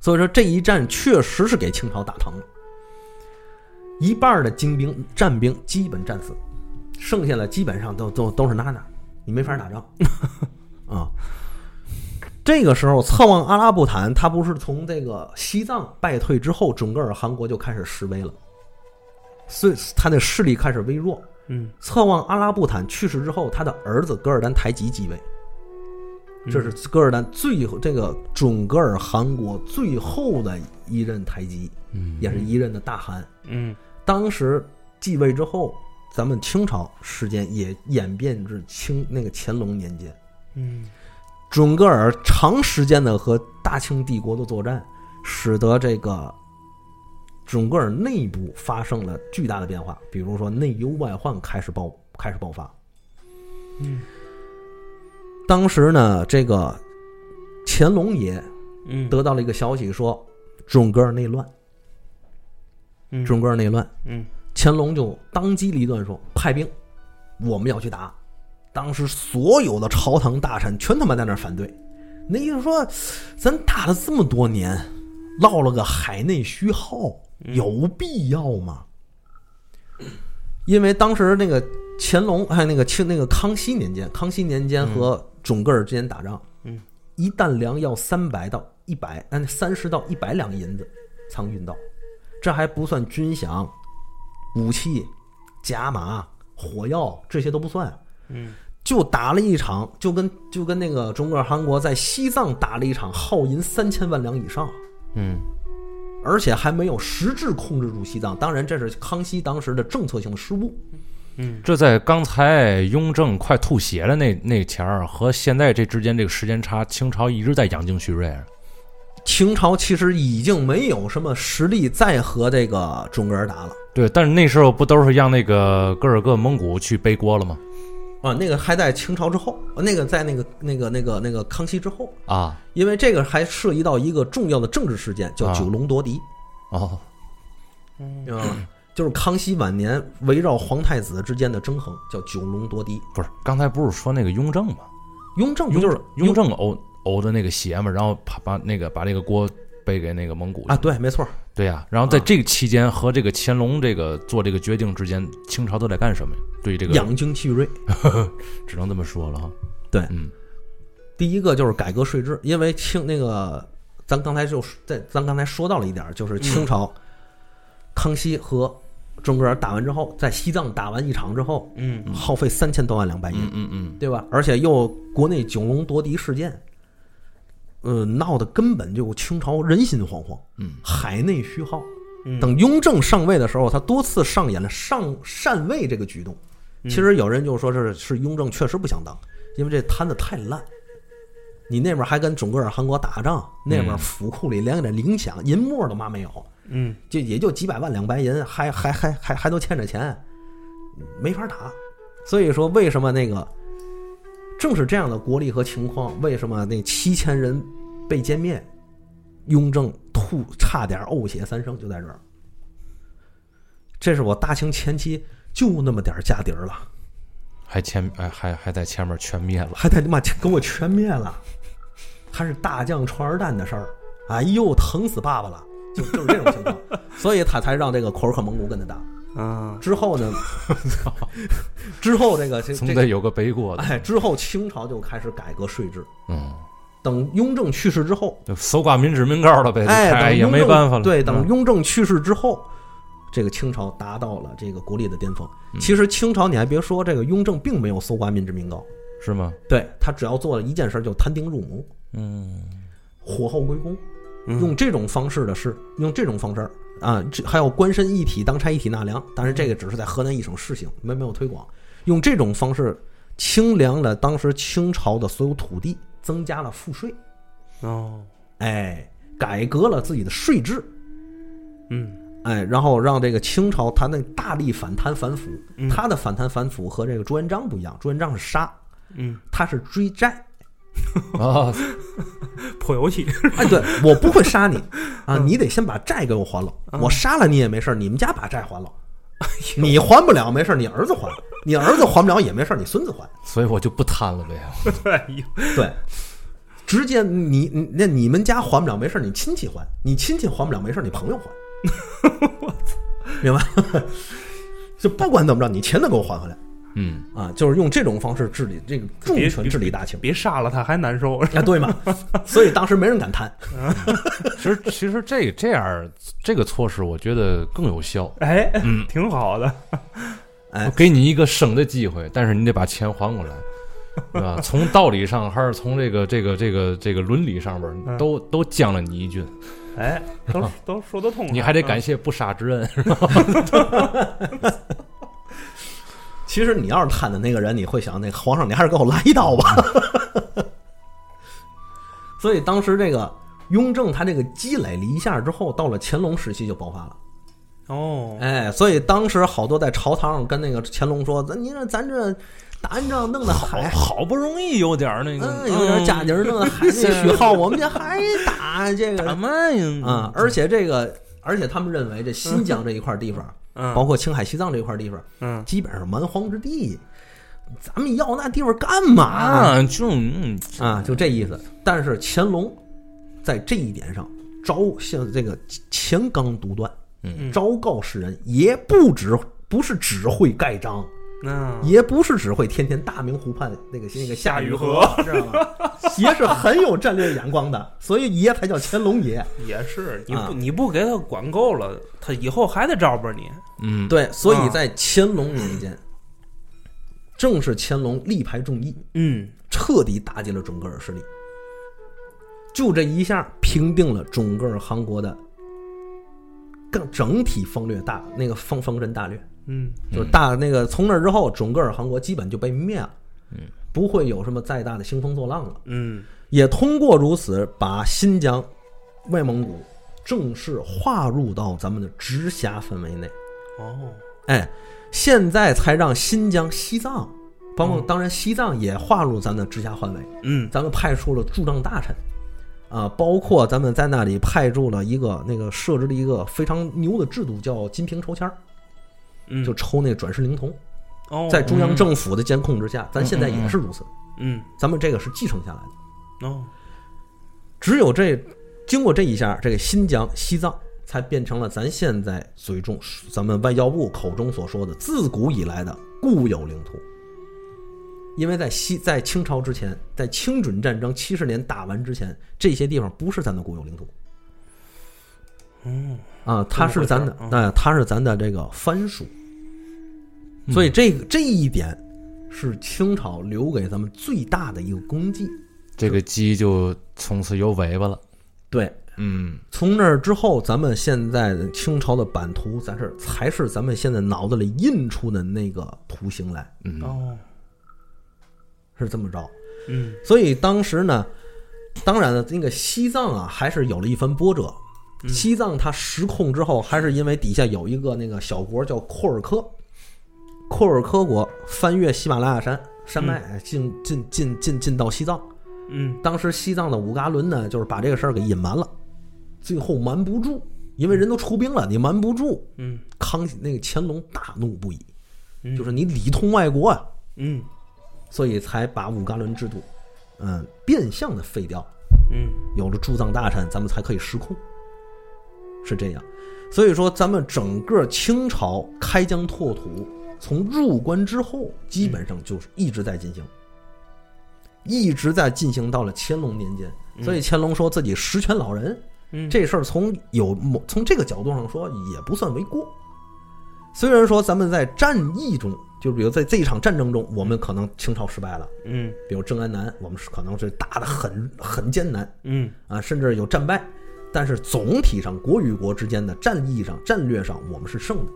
所以说这一战确实是给清朝打疼了，一半儿的精兵战兵基本战死，剩下的基本上都都都是娜娜，你没法打仗 啊。这个时候，策妄阿拉布坦他不是从这个西藏败退之后，准噶尔汗国就开始示威了，所以他的势力开始微弱。
嗯
策妄阿拉布坦去世之后，他的儿子噶尔丹台吉继位，这是噶尔丹最后这个准噶尔汗国最后的一任台吉，
嗯
也是一任的大汗。
嗯
当时继位之后，咱们清朝时间也演变至清那个乾隆年间，
嗯
准噶尔长时间的和大清帝国的作战，使得这个准噶尔内部发生了巨大的变化，比如说内忧外患开始爆开始爆发。
嗯
当时呢，这个乾隆爷
嗯，
得到了一个消息说，准噶尔内乱，
嗯
准噶尔内乱，
嗯
乾隆就当机立断说派兵，我们要去打。当时所有的朝堂大臣全他妈在那儿反对，那意思说，咱打了这么多年，落了个海内虚耗，有必要吗？因为当时那个乾隆还有那个清那个康熙年间，康熙年间和准噶尔之间打仗，
嗯，
一担粮要三百到一百，按三十到一百两银子仓运到，这还不算军饷、武器、甲马、火药这些都不算，
嗯
就打了一场，就跟就跟那个中国韩国在西藏打了一场，耗银三千万两以上，
嗯
而且还没有实质控制住西藏。当然，这是康熙当时的政策性失误。
嗯
这在刚才雍正快吐血了那那前儿和现在这之间这个时间差，清朝一直在养精蓄锐。啊
清朝其实已经没有什么实力再和这个准噶尔打了
对，但是那时候不都是让那个噶尔各蒙古去背锅了吗？
啊，那个还在清朝之后，呃那个在那个那个那个那个康熙之后，
啊，
因为这个还涉及到一个重要的政治事件，叫
啊
九龙夺嫡
哦，
嗯
啊。 就是康熙晚年围绕皇太子之间的争衡，叫九龙夺嫡。
不是，刚才不是说那个雍正吗？
雍正不
雍
就是
正雍正呕呕的那个血嘛，然后把把那个把这个锅背给那个蒙古去
啊？对，没错，
对呀、然后在
啊
这个期间和这个乾隆这个做这个决定之间，清朝都在干什么呀？对这个
养精蓄锐。
只能这么说了哈。
对
嗯
第一个就是改革税制，因为清那个，咱刚才就是在咱刚才说到了一点儿，
嗯
就是清朝、康熙和准噶尔打完之后，在西藏打完一场之后，
嗯
耗费三千多万两白银，
嗯嗯嗯，
对吧？而且又国内九龙夺嫡事件，呃，闹得根本就清朝人心惶惶，
嗯，
海内虚耗。
嗯
等雍正上位的时候，他多次上演了上禅位这个举动。其实有人就说这是是雍正确实不想当，因为这摊子太烂。你那边还跟准噶尔汗国打仗，那
嗯
边府库里连个零饷银沫都嘛没有，
嗯
就也就几百万两白银，还还还还还都欠着钱，没法打。所以说，为什么那个正是这样的国力和情况，为什么那七千人被歼灭，雍正吐差点呕血三升，就在这儿。这是我大清前期就那么点儿家底儿了，
还前哎还还在前面全灭了。
还得他妈给我全灭了，还是大将传儿弹的事儿，哎呦，疼死爸爸了，就就是这种情况， 所以他才让这个库尔克蒙古跟他打。
啊
之后呢， 之后这个这
总
这
得
个，
有个背锅的，
哎，之后清朝就开始改革税制。
嗯，
等雍正去世之后，
就搜刮民脂民膏了呗，
哎，等
也
雍
没
正
办法了。
对，等
嗯
雍正去世之后，这个清朝达到了这个国力的巅峰。
嗯
其实清朝你还别说，这个雍正并没有搜刮民脂民膏，
是吗？
对他只要做了一件事，就摊丁入亩，
嗯，
火后归公。
嗯
用这种方式的是用这种方式儿啊，这还有官绅一体、当差一体纳粮，当然这个只是在河南一省试行，没没有推广。用这种方式清凉了当时清朝的所有土地，增加了赋税，
哦
哎，改革了自己的税制，
嗯
哎，然后让这个清朝他那大力反贪反腐，
嗯
他的反贪反腐和这个朱元璋不一样，朱元璋是杀，
嗯
他是追债。嗯
啊，
破游戏
哎，对我不会杀你啊，
嗯
你得先把债给我还了。我杀了你也没事儿，你们家把债还了。
哎
你还不了没事儿，你儿子还；你儿子还不了也没事儿，你孙子还。
所以我就不贪了呗。
哎呦
对，直接你你那你们家还不了没事儿，你亲戚还；你亲戚还不了没事儿，你朋友还。 明白？ 就不管怎么着，你钱得给我还回来
嗯，
啊！就是用这种方式治理这个重
别
拳治理大清，
别杀了他还难受
啊，对吗？所以当时没人敢贪。
其实其实这这样这个措施，我觉得更有效。
哎挺好的
哎
我给你一个省的机会，但是你得把钱还过来。对吧？从道理上还是从这个这个这个这个伦理上边儿，
嗯
都都降了你一军，
哎，都
嗯
都说得通了，嗯
你还得感
谢
谢不杀之恩。
其实你要是探的那个人，你会想，那皇上，你还是给我来一刀吧。 所以当时这个雍正他这个积累了一下之后，到了乾隆时期就爆发了。
哦，
哎，所以当时好多在朝堂上跟那个乾隆说：“咱您这咱这打完仗弄得好，
好不容易有点儿那
嗯，有点假底儿弄得 还那许浩，我们这还打这个
嘛呀
嗯
啊、而且这个，而且他们认为这新疆这一块地方，
嗯，
包括青海、西藏这一块地方，
嗯，
基本上蛮荒之地，咱们要那地方干嘛
啊，就嗯，
啊？就这意思。但是乾隆在这一点上。昭像这个乾纲独断，
嗯
昭告世人，也不只不是只会盖章，
那
也不是只会天天大明湖畔那个那个夏雨荷，知道吗？ 爷是很有战略眼光的，所以爷才叫乾隆爷。
也是，你
啊
不你不给他管够了，他以后还得招吧你，
嗯，
对，所以在乾隆年间，正是乾隆力排众议，
嗯，
彻底打击了准噶尔势力。就这一下，平定了准噶尔汗国的更整体方略大那个方方针大略。
嗯，
就是大那个从那之后，准噶尔汗国基本就被灭了，不会有什么再大的兴风作浪了。
嗯，
也通过如此，把新疆、外蒙古正式划入到咱们的直辖范围内。
哦，
哎，现在才让新疆、西藏，包括当然西藏也划入咱们的直辖范围。
嗯，
咱们派出了驻藏大臣，啊，包括咱们在那里派驻了一个那个设置了一个非常牛的制度，叫金瓶抽签儿，
嗯，
就抽那转世灵童。
哦，
在中央政府的监控之下，咱现在也是如此。
嗯，
咱们这个是继承下来的。
哦，
只有这经过这一下，这个新疆、西藏才变成了咱现在嘴中、咱们外交部口中所说的自古以来的固有领土。因为在西在清朝之前，在清准战争七十年打完之前，这些地方不是咱的固有领土。啊，它是咱的
这么回，事
那、它是咱的这个藩属，所以这个这一点是清朝留给咱们最大的一个功绩。
这个鸡就从此有尾巴了。
对，
嗯，
从那儿之后，咱们现在的清朝的版图，咱是才是咱们现在脑子里印出的那个图形来，
哦，
是这么着。
嗯，
所以当时呢，当然了，那个西藏啊，还是有了一番波折。西藏它失控之后，还是因为底下有一个那个小国叫库尔喀，库尔喀国翻越喜马拉雅山山脉，进进进进进到西藏。
嗯，
当时西藏的武嘎伦呢，就是把这个事儿给隐瞒了，最后瞒不住，因为人都出兵了，你瞒不住。
嗯，
康熙那个乾隆大怒不已，
嗯
就是你里通外国啊，
嗯，
所以才把武嘎伦制度，嗯，变相的废掉。
嗯，
有了驻藏大臣，咱们才可以失控，是这样。所以说，咱们整个清朝开疆拓土，从入关之后，基本上就是一直在进行，一直在进行到了乾隆年间。所以乾隆说自己实权老人，
嗯
这事儿从有某从这个角度上说也不算为过。虽然说咱们在战役中，就比如在这一场战争中，我们可能清朝失败了，
嗯，
比如正安南，我们是可能是打得很很艰难，
嗯，
啊，甚至有战败，但是总体上国与国之间的战役上、战略上，我们是胜的。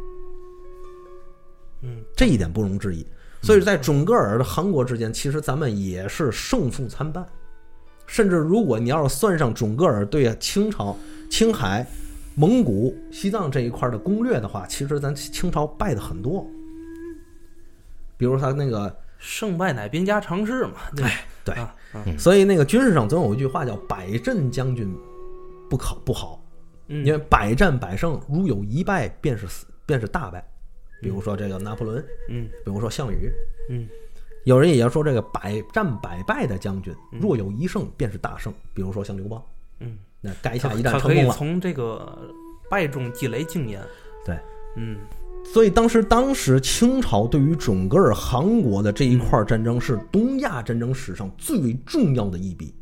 嗯，
这一点不容置疑。所以在准噶尔的韩国之间，其实咱们也是胜负参半。甚至如果你要是算上准噶尔对清朝、青海、蒙古、西藏这一块的攻略的话，其实咱清朝败的很多。比如他那个，
胜败乃兵家常事嘛，对吧，
对
啊，啊
所以那个军事上总有一句话叫“百战将军不考不好”，
嗯，
因为百战百胜，如有一败，便是死，便是大败。比如说这个拿破仑，
嗯
比如说项羽，
嗯，
有人也要说这个百战百败的将军，若有一胜，便是大胜。比如说像刘邦，
嗯，
那垓下一
他
战
可
成
以
功了。
从这个败中积累经验，
对，
嗯，
所以当时当时清朝对于准噶尔汗国的这一块战争是东亚战争史上最为重要的一笔，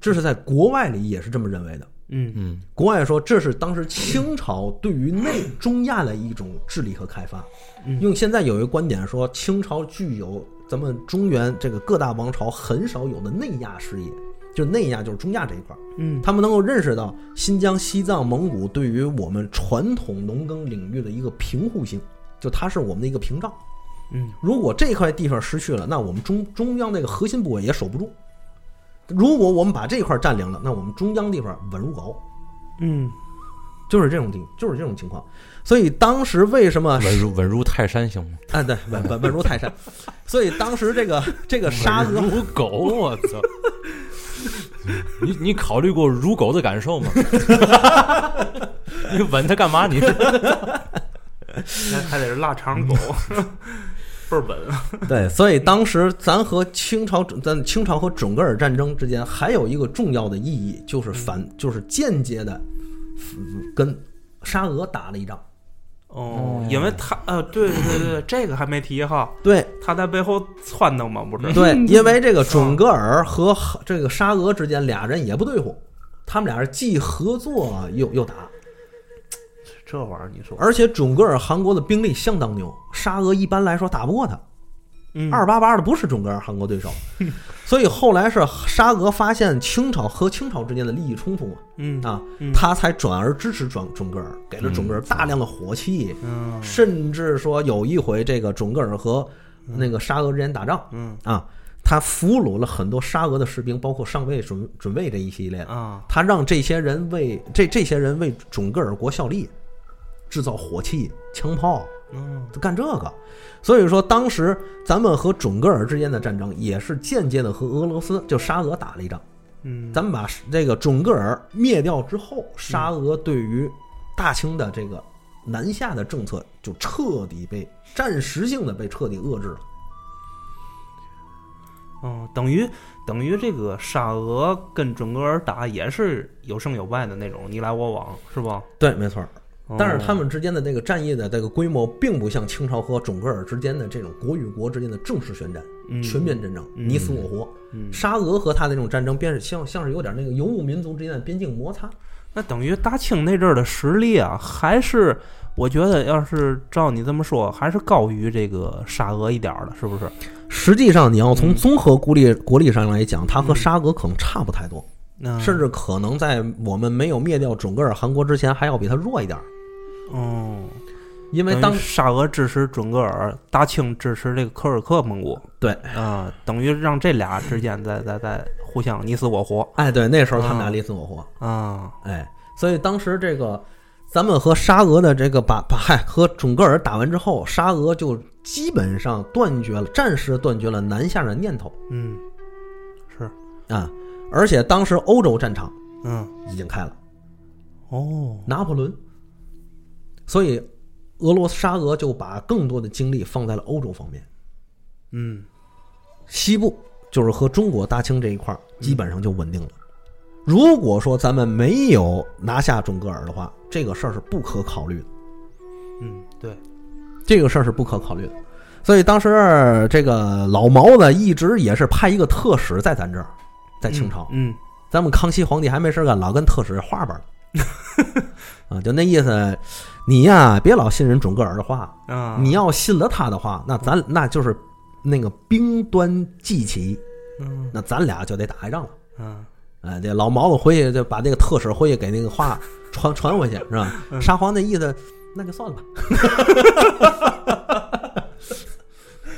这是在国外里也是这么认为的。
嗯，嗯，
国外说这是当时清朝对于内
嗯
中亚的一种治理和开发，用现在有一个观点说，清朝具有咱们中原这个各大王朝很少有的内亚视野，就内亚就是中亚这一块儿，
嗯，
他们能够认识到新疆、西藏、蒙古对于我们传统农耕领域的一个平户性，就它是我们的一个屏障。
嗯，
如果这块地方失去了，那我们中中央那个核心部位也守不住。如果我们把这块占领了，那我们中央地方稳如狗，
嗯，
就是这种情，就是这种情况。所以当时为什么
稳如稳如泰山行吗？
啊，对，稳稳稳如泰山。所以当时这个这个沙俄
稳 如狗，我操！你你考虑过如狗的感受吗？你吻它干嘛？你
还还得是腊肠狗， 倍儿啊稳。
对，所以当时咱和清朝，咱清朝和准噶尔战争之间还有一个重要的意义，就是反，就是间接的跟沙俄打了一仗。
哦，因为他呃，对对对对，这个还没提哈，
对
他在背后撺掇嘛，不是？
对，因为这个准噶尔和这个沙俄之间俩人也不对付，他们俩是既合作又又打，
这玩意儿你说，
而且准噶尔韩国的兵力相当牛，沙俄一般来说打不过他。
嗯
二八八的不是准噶尔韩国对 手，所以后来是沙俄发现清朝和清朝之间的利益冲突嘛，
嗯
啊
嗯，
他才转而支持准准噶尔，给了准噶尔大量的火器，
嗯
甚至说有一回这个准噶尔和那个沙俄之间打仗
嗯
啊，他俘虏了很多沙俄的士兵，包括上尉准准尉这一系列的，
啊，
他让这些人为这这些人为准噶尔国效力，制造火器、枪炮，
嗯
就干这个。所以说，当时咱们和准噶尔之间的战争，也是间接的和俄罗斯就沙俄打了一仗。
嗯，
咱们把这个准噶尔灭掉之后，沙俄对于大清的这个南下的政策就彻底被暂时性的被彻底遏制了。
嗯，等于等于这个沙俄跟准噶尔打也是有胜有败的那种，你来我往是吧？
对，没错。
哦
但是他们之间的那个战役的这个规模，并不像清朝和准噶尔之间的这种国与国之间的正式宣战、
嗯
全面战争，
嗯
你死我活。
嗯
沙俄和他的那种战争，便是像像是有点那个游牧民族之间的边境摩擦。
那等于大清那阵儿的实力啊，还是我觉得要是照你这么说，还是高于这个沙俄一点儿的，是不是？
实际上，你要
嗯
从综合国力国力上来讲，它和沙俄可能差不太多，
那
甚至可能在我们没有灭掉准噶尔汗国之前，还要比它弱一点儿。
哦，
因
因
为当
沙俄支持准噶尔，大清支持这个柯尔克蒙古，
对
啊、等于让这俩之间在在在互相你死我活
哎对那时候他们
啊
俩你死我活，
啊，
哎，所以当时这个咱们和沙俄的这个把把嗨和准噶尔打完之后，沙俄就基本上断绝了，暂时断绝了南下的念头
嗯，是，
啊。而且当时欧洲战场
嗯，
已经开了，
哦，
拿破仑，所以俄罗斯沙俄就把更多的精力放在了欧洲方面，
嗯，
西部就是和中国大清这一块儿基本上就稳定了。如果说咱们没有拿下准噶尔的话，这个事儿是不可考虑的。
嗯，对，
这个事儿是不可考虑的。所以当时这个老毛呢，一直也是派一个特使在咱这儿，在清朝，
嗯，
咱们康熙皇帝还没事儿干，老跟特使画 吧呢。啊，就那意思，你呀别老信任准噶尔的话，
嗯啊，
你要信了他的话，那咱那就是那个兵端既起，
嗯，
那咱俩就得打一仗了。
嗯，
哎，这老毛子回去就把这个特使回去给那个话传传回去是吧？沙皇那意思，那就算了吧，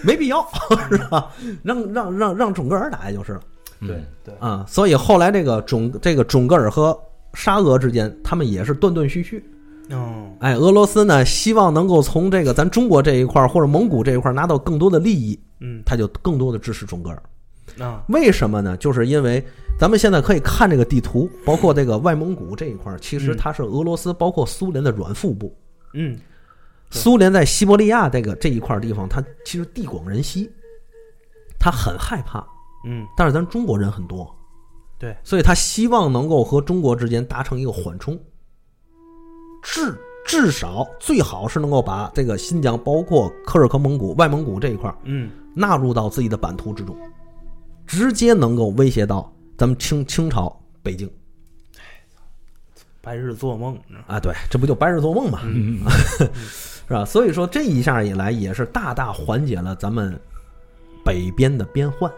没必要是吧？让让让让准噶尔打就是了
对
对，
啊。所以后来这个准这个准噶尔和沙俄之间，他们也是断断续续。
哦，
哎，俄罗斯呢，希望能够从这个咱中国这一块儿或者蒙古这一块儿拿到更多的利益，
嗯，
他就更多的支持准噶尔。
啊，
为什么呢？就是因为咱们现在可以看这个地图，包括这个外蒙古这一块儿，其实它是俄罗斯包括苏联的软腹部。
嗯，对
苏联在西伯利亚这个这一块地方，它其实地广人稀，它很害怕，
嗯，
但是咱中国人很多，
对，
所以他希望能够和中国之间达成一个缓冲，至至少最好是能够把这个新疆，包括柯尔克蒙古、外蒙古这一块儿
嗯，
纳入到自己的版图之中，直接能够威胁到咱们清清朝北京
白日做梦，你知道
啊！对，这不就白日做梦嘛，
嗯，
是吧？所以说这一下以来，也是大大缓解了咱们北边的边患。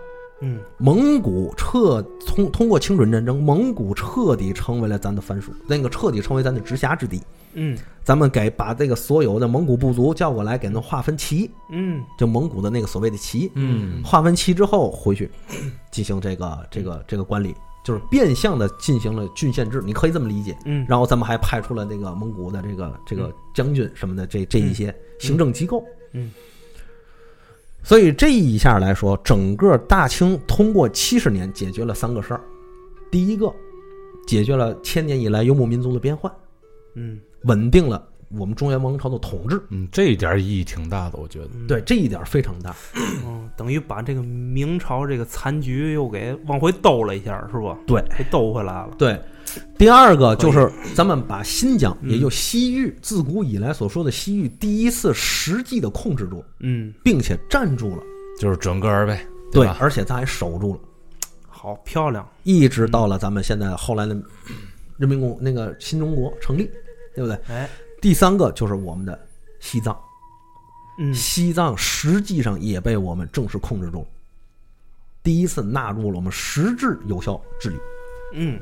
嗯
蒙古彻通通过清准战争，蒙古彻底成为了咱的藩属，那个彻底成为咱的直辖之地。
嗯
咱们给把这个所有的蒙古部族叫过来，给他们划分旗，
嗯
就蒙古的那个所谓的旗。
嗯
划分旗之后回去进行这个这个这个管理，就是变相的进行了郡县制，你可以这么理解。
嗯，
然后咱们还派出了那个蒙古的这个这个将军什么的，这这一些行政机构。
嗯，
所以这一下来说，整个大清通过七十年解决了三个事儿。第一个，解决了千年以来游牧民族的边患，
嗯
稳定了我们中原王朝的统治。
嗯，这一点意义挺大的，我觉得。
嗯
对，这一点非常大。
嗯，等于把这个明朝这个残局又给往回兜了一下，是不？
对，
给兜回来了。
对，第二个就
可
是咱们把新疆，
嗯
也就西域，自古以来所说的西域，第一次实际的控制住，
嗯，
并且站住了，
就是准格尔呗，
对，
吧？
而且咱还守住了，
好漂亮。
一直到了咱们现在后来的人民共那个新中国成立，对不对？
哎，
第三个就是我们的西藏，
嗯
西藏实际上也被我们正式控制住了，第一次纳入了我们实质有效治理。
嗯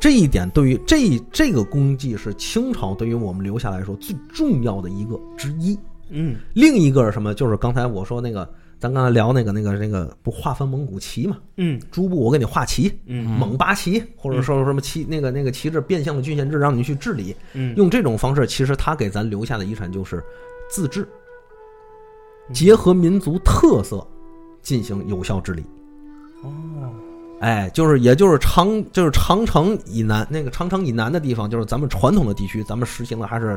这一点对于这这个功绩是清朝对于我们留下来说最重要的一个之一。
嗯
另一个是什么？就是刚才我说那个，咱刚才聊那个那个那个不划分蒙古旗嘛，
嗯
诸部我给你划旗，
嗯
蒙八旗，或者说什么旗那个那个旗帜变相的郡县制，让你去治理。
嗯，
用这种方式，其实他给咱留下的遗产就是自治，结合民族特色进行有效治理。
哦，
哎，就是也就是长就是长城以南那个长城以南的地方，就是咱们传统的地区，咱们实行的还是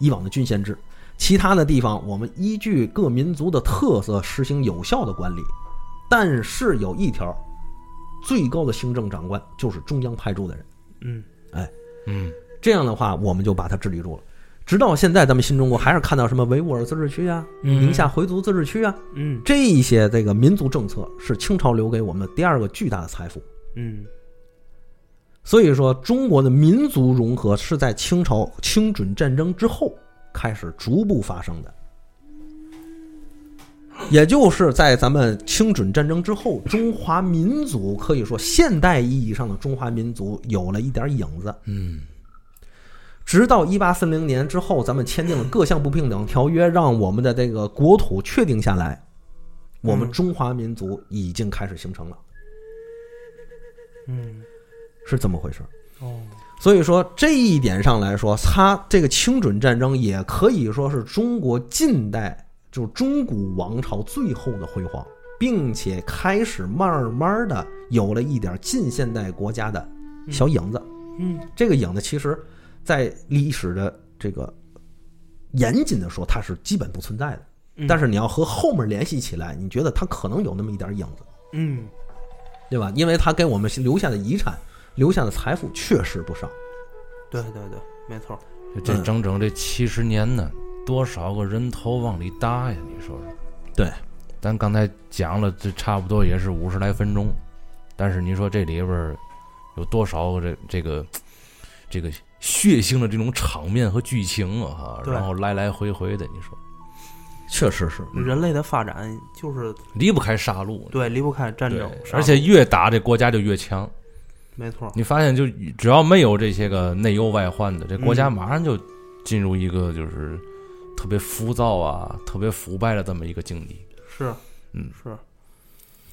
以往的郡县制。其他的地方，我们依据各民族的特色实行有效的管理，但是有一条，最高的行政长官就是中央派驻的人。哎
嗯
嗯
这样的话，我们就把它治理住了。直到现在，咱们新中国还是看到什么维吾尔自治区啊、
嗯
宁夏回族自治区啊，
嗯
这一些这个民族政策是清朝留给我们的第二个巨大的财富。
嗯
所以说，中国的民族融合是在清朝清准战争之后开始逐步发生的，也就是在咱们清准战争之后，中华民族可以说现代意义上的中华民族有了一点影子。
嗯
直到一八四零年之后，咱们签订了各项不平等条约，让我们的这个国土确定下来，我们
嗯
中华民族已经开始形成了，
嗯
是这么回事？
哦，
所以说这一点上来说，它这个清准战争也可以说是中国近代就是中古王朝最后的辉煌，并且开始慢慢的有了一点近现代国家的小影子。
嗯
这个影子其实，在历史的这个严谨的说，它是基本不存在的。
嗯
但是你要和后面联系起来，你觉得它可能有那么一点影子，
嗯
对吧？因为它给我们留下的遗产、留下的财富确实不少。
对对对，没错。
这整整这七十年呢，多少个人头往里搭呀？你说说。
对，
咱刚才讲了，这差不多也是五十来分钟，但是你说这里边儿有多少个这这个这个血腥的这种场面和剧情啊？哈，
对
然后来来回回的，你说
确实是，
人类的发展就是
离不开杀戮。
对离不开战
对
争，杀
而
戮
且嗯越打这国家就越强。
没错，
你发现就只要没有这些个内忧外患的，这国家
嗯
马上就进入一个就是特别浮躁啊、特别腐败的这么一个境地。
是
嗯
是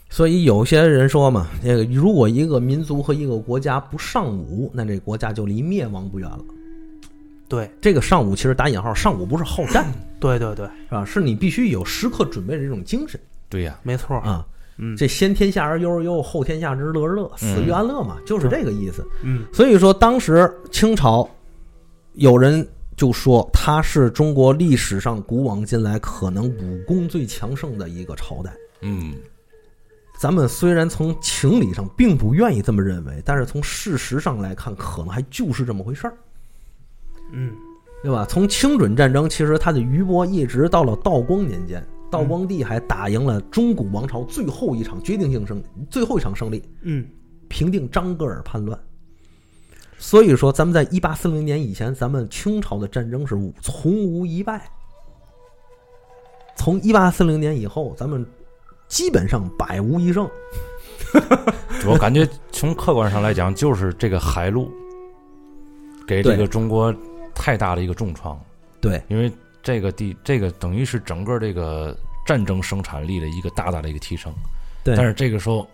所以有些人说嘛，这个如果一个民族和一个国家不尚武，那这国家就离灭亡不远了。
对
这个尚武其实打引号，尚武不是好战，
对对对，
是吧？是你必须有时刻准备的这种精神
对呀，
没错。
啊。
嗯
这先天下而忧而忧，后天下之乐而乐，死于安乐嘛，就是这个意思。
嗯
所以说，当时清朝有人就说它是中国历史上古往今来可能武功最强盛的一个朝代。
嗯，
咱们虽然从情理上并不愿意这么认为，但是从事实上来看，可能还就是这么回事儿，
嗯
对吧？从清准战争，其实它的余波一直到了道光年间，道光帝还打赢了中古王朝最后一场决定性胜最后一场胜利，
嗯
平定张格尔叛乱。所以说，咱们在一八四零年以前，咱们清朝的战争是无从无一败。从一八四零年以后，咱们基本上百无一胜。
我感觉从客观上来讲，就是这个海路给这
对
个中国太大的一个重创了，
对，
因为这个地这个等于是整个这个战争生产力的一个大大的一个提升。
对
但是这个时候，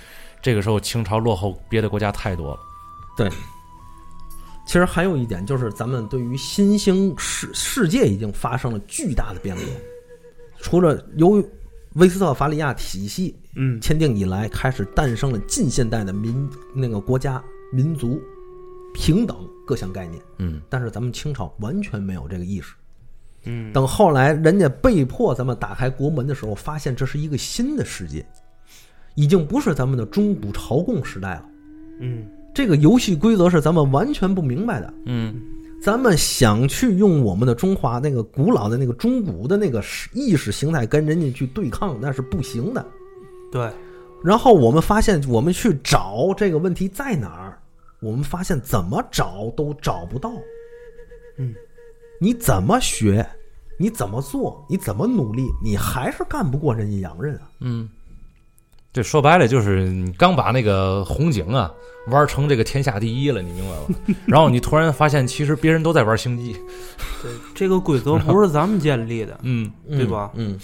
这个时候清朝落后别的国家太多了。
其实还有一点就是，咱们对于新兴世世界已经发生了巨大的变革。除了由于威斯特伐利亚体系
嗯
签订以来，开始诞生了近现代的民那个国家、民族平等各项概念，
嗯，
但是咱们清朝完全没有这个意识。
嗯，
等后来人家被迫咱们打开国门的时候，发现这是一个新的世界，已经不是咱们的中古朝贡时代了。
嗯
这个游戏规则是咱们完全不明白的。
嗯，
咱们想去用我们的中华那个古老的那个中古的那个意识形态跟人家去对抗，那是不行的。
对，
然后我们发现，我们去找这个问题在哪儿，我们发现怎么找都找不到。
嗯，
你怎么学，你怎么做，你怎么努力，你还是干不过人家洋人啊！
对，说白了就是你刚把那个红警啊玩成这个天下第一了，你明白吗？ 然后你突然发现，其实别人都在玩星际。
对，这个规则不是咱们建立的，
嗯，
对吧？
嗯，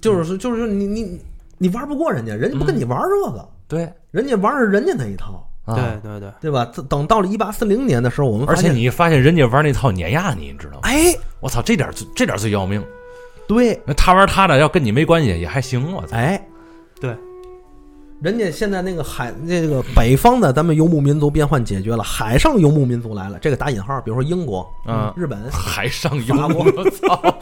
就是说，就是说，你你你玩不过人家，人家不跟你玩这个，
对
人家玩儿人家那一套，
啊。
对对对，
对吧？等到了一八四零年的时候，我们发
而且
现，
你发现人家玩那套碾压你，你知道吗？
哎，
我操，这点儿最这点儿最要命。
对，
那他玩他的，要跟你没关系也还行，我操。
哎，
对，
人家现在那个海，那个北方的咱们游牧民族变换解决了，海上游牧民族来了，这个打引号，比如说英国、
嗯
日本，
还上油，我操，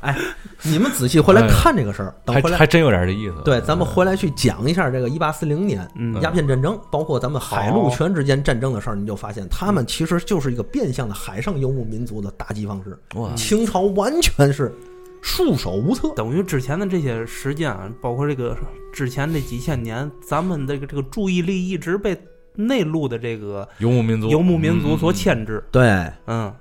哎，你们仔细回来看这个事儿，等
还
回来
还真有点这意思。
对，咱们回来去讲一下这个一八四零年
嗯
鸦片战争，包括咱们海陆权之间战争的事儿，你就发现他们其实就是一个变相的海上游牧民族的打击方式。
哇，
清朝完全是束手无策。
等于之前的这些时间啊，包括这个之前这几千年，咱们的这个这个注意力一直被内陆的这个
游牧民族，
游牧民族所
嗯
牵制。
对，
嗯，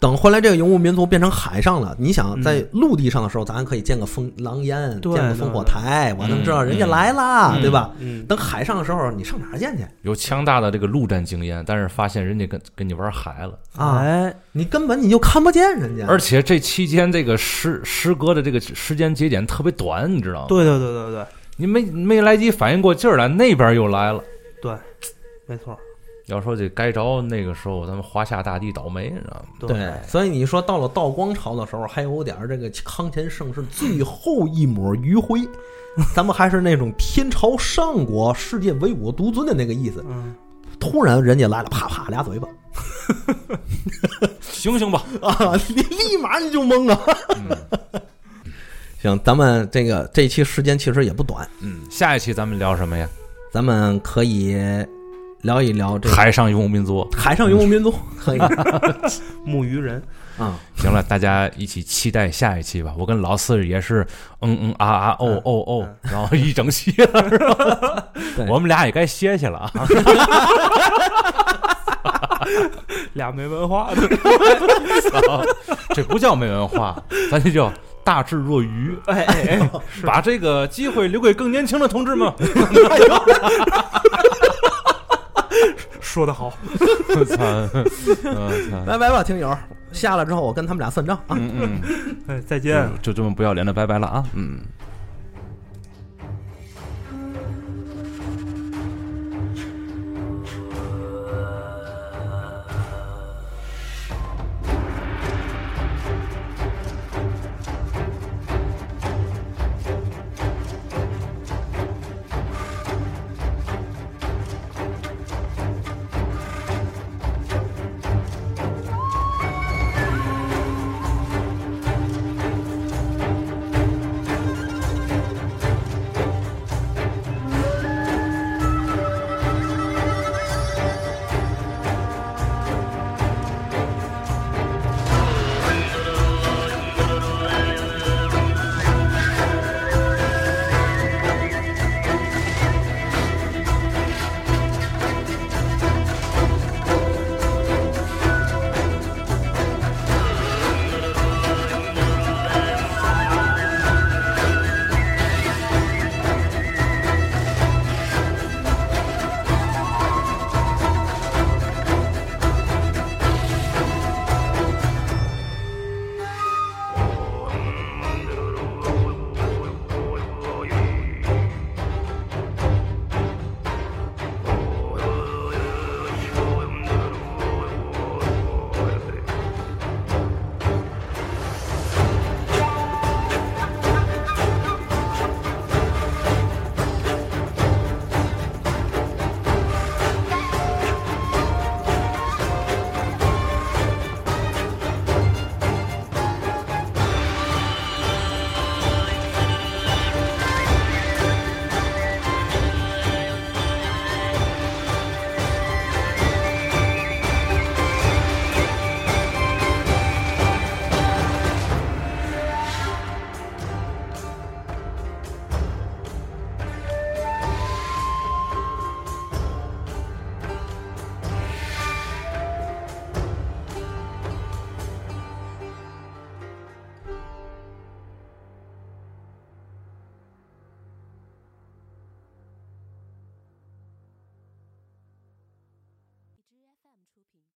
等后来这个游牧民族变成海上了，你想
嗯
在陆地上的时候，咱还可以建个烽狼烟，
对
建个烽火台，我能知道人家来啦，
嗯
对吧？
嗯，
等海上的时候，你上哪儿见去
有强大的这个陆战经验，但是发现人家跟跟你玩嗨了，
啊？
哎，
你根本你就看不见人家。
而且这期间这个时时隔的这个时间节点特别短，你知道吗？，
对对对对对
你没没来及反应过劲儿来，那边又来了。
对，没错，
要说这该着那个时候咱们华夏大地倒霉，你知道吗？
对，所以你说到了道光朝的时候，还有点儿这个康乾盛世最后一抹余晖，咱们还是那种天朝上国、世界唯我独尊的那个意思。
嗯，
突然人家来了，啪啪俩嘴巴
醒醒吧，
啊， 你立马你就懵啊了。
嗯
行，咱们这个这期时间其实也不短，
嗯，下一期咱们聊什么呀？
咱们可以聊一聊这个
海上游牧民族。
海上游牧民族， 可以啊、
木鱼人，
行了，大家一起期待下一期吧。我跟老四也是，嗯嗯啊啊哦哦哦，然后一整期了，是 吧
对？
我们俩也该歇歇了啊。
俩没文化的，
这不叫没文化，咱这叫大智若愚。
哎哎哎，
把这个机会留给更年轻的同志们。
说得好，
我操！我操！
拜拜吧，听友。下了之后，我跟他们俩算账啊。
嗯
哎，再见。
嗯， 就这么不要脸的，拜拜了啊！嗯。
Thank 出品。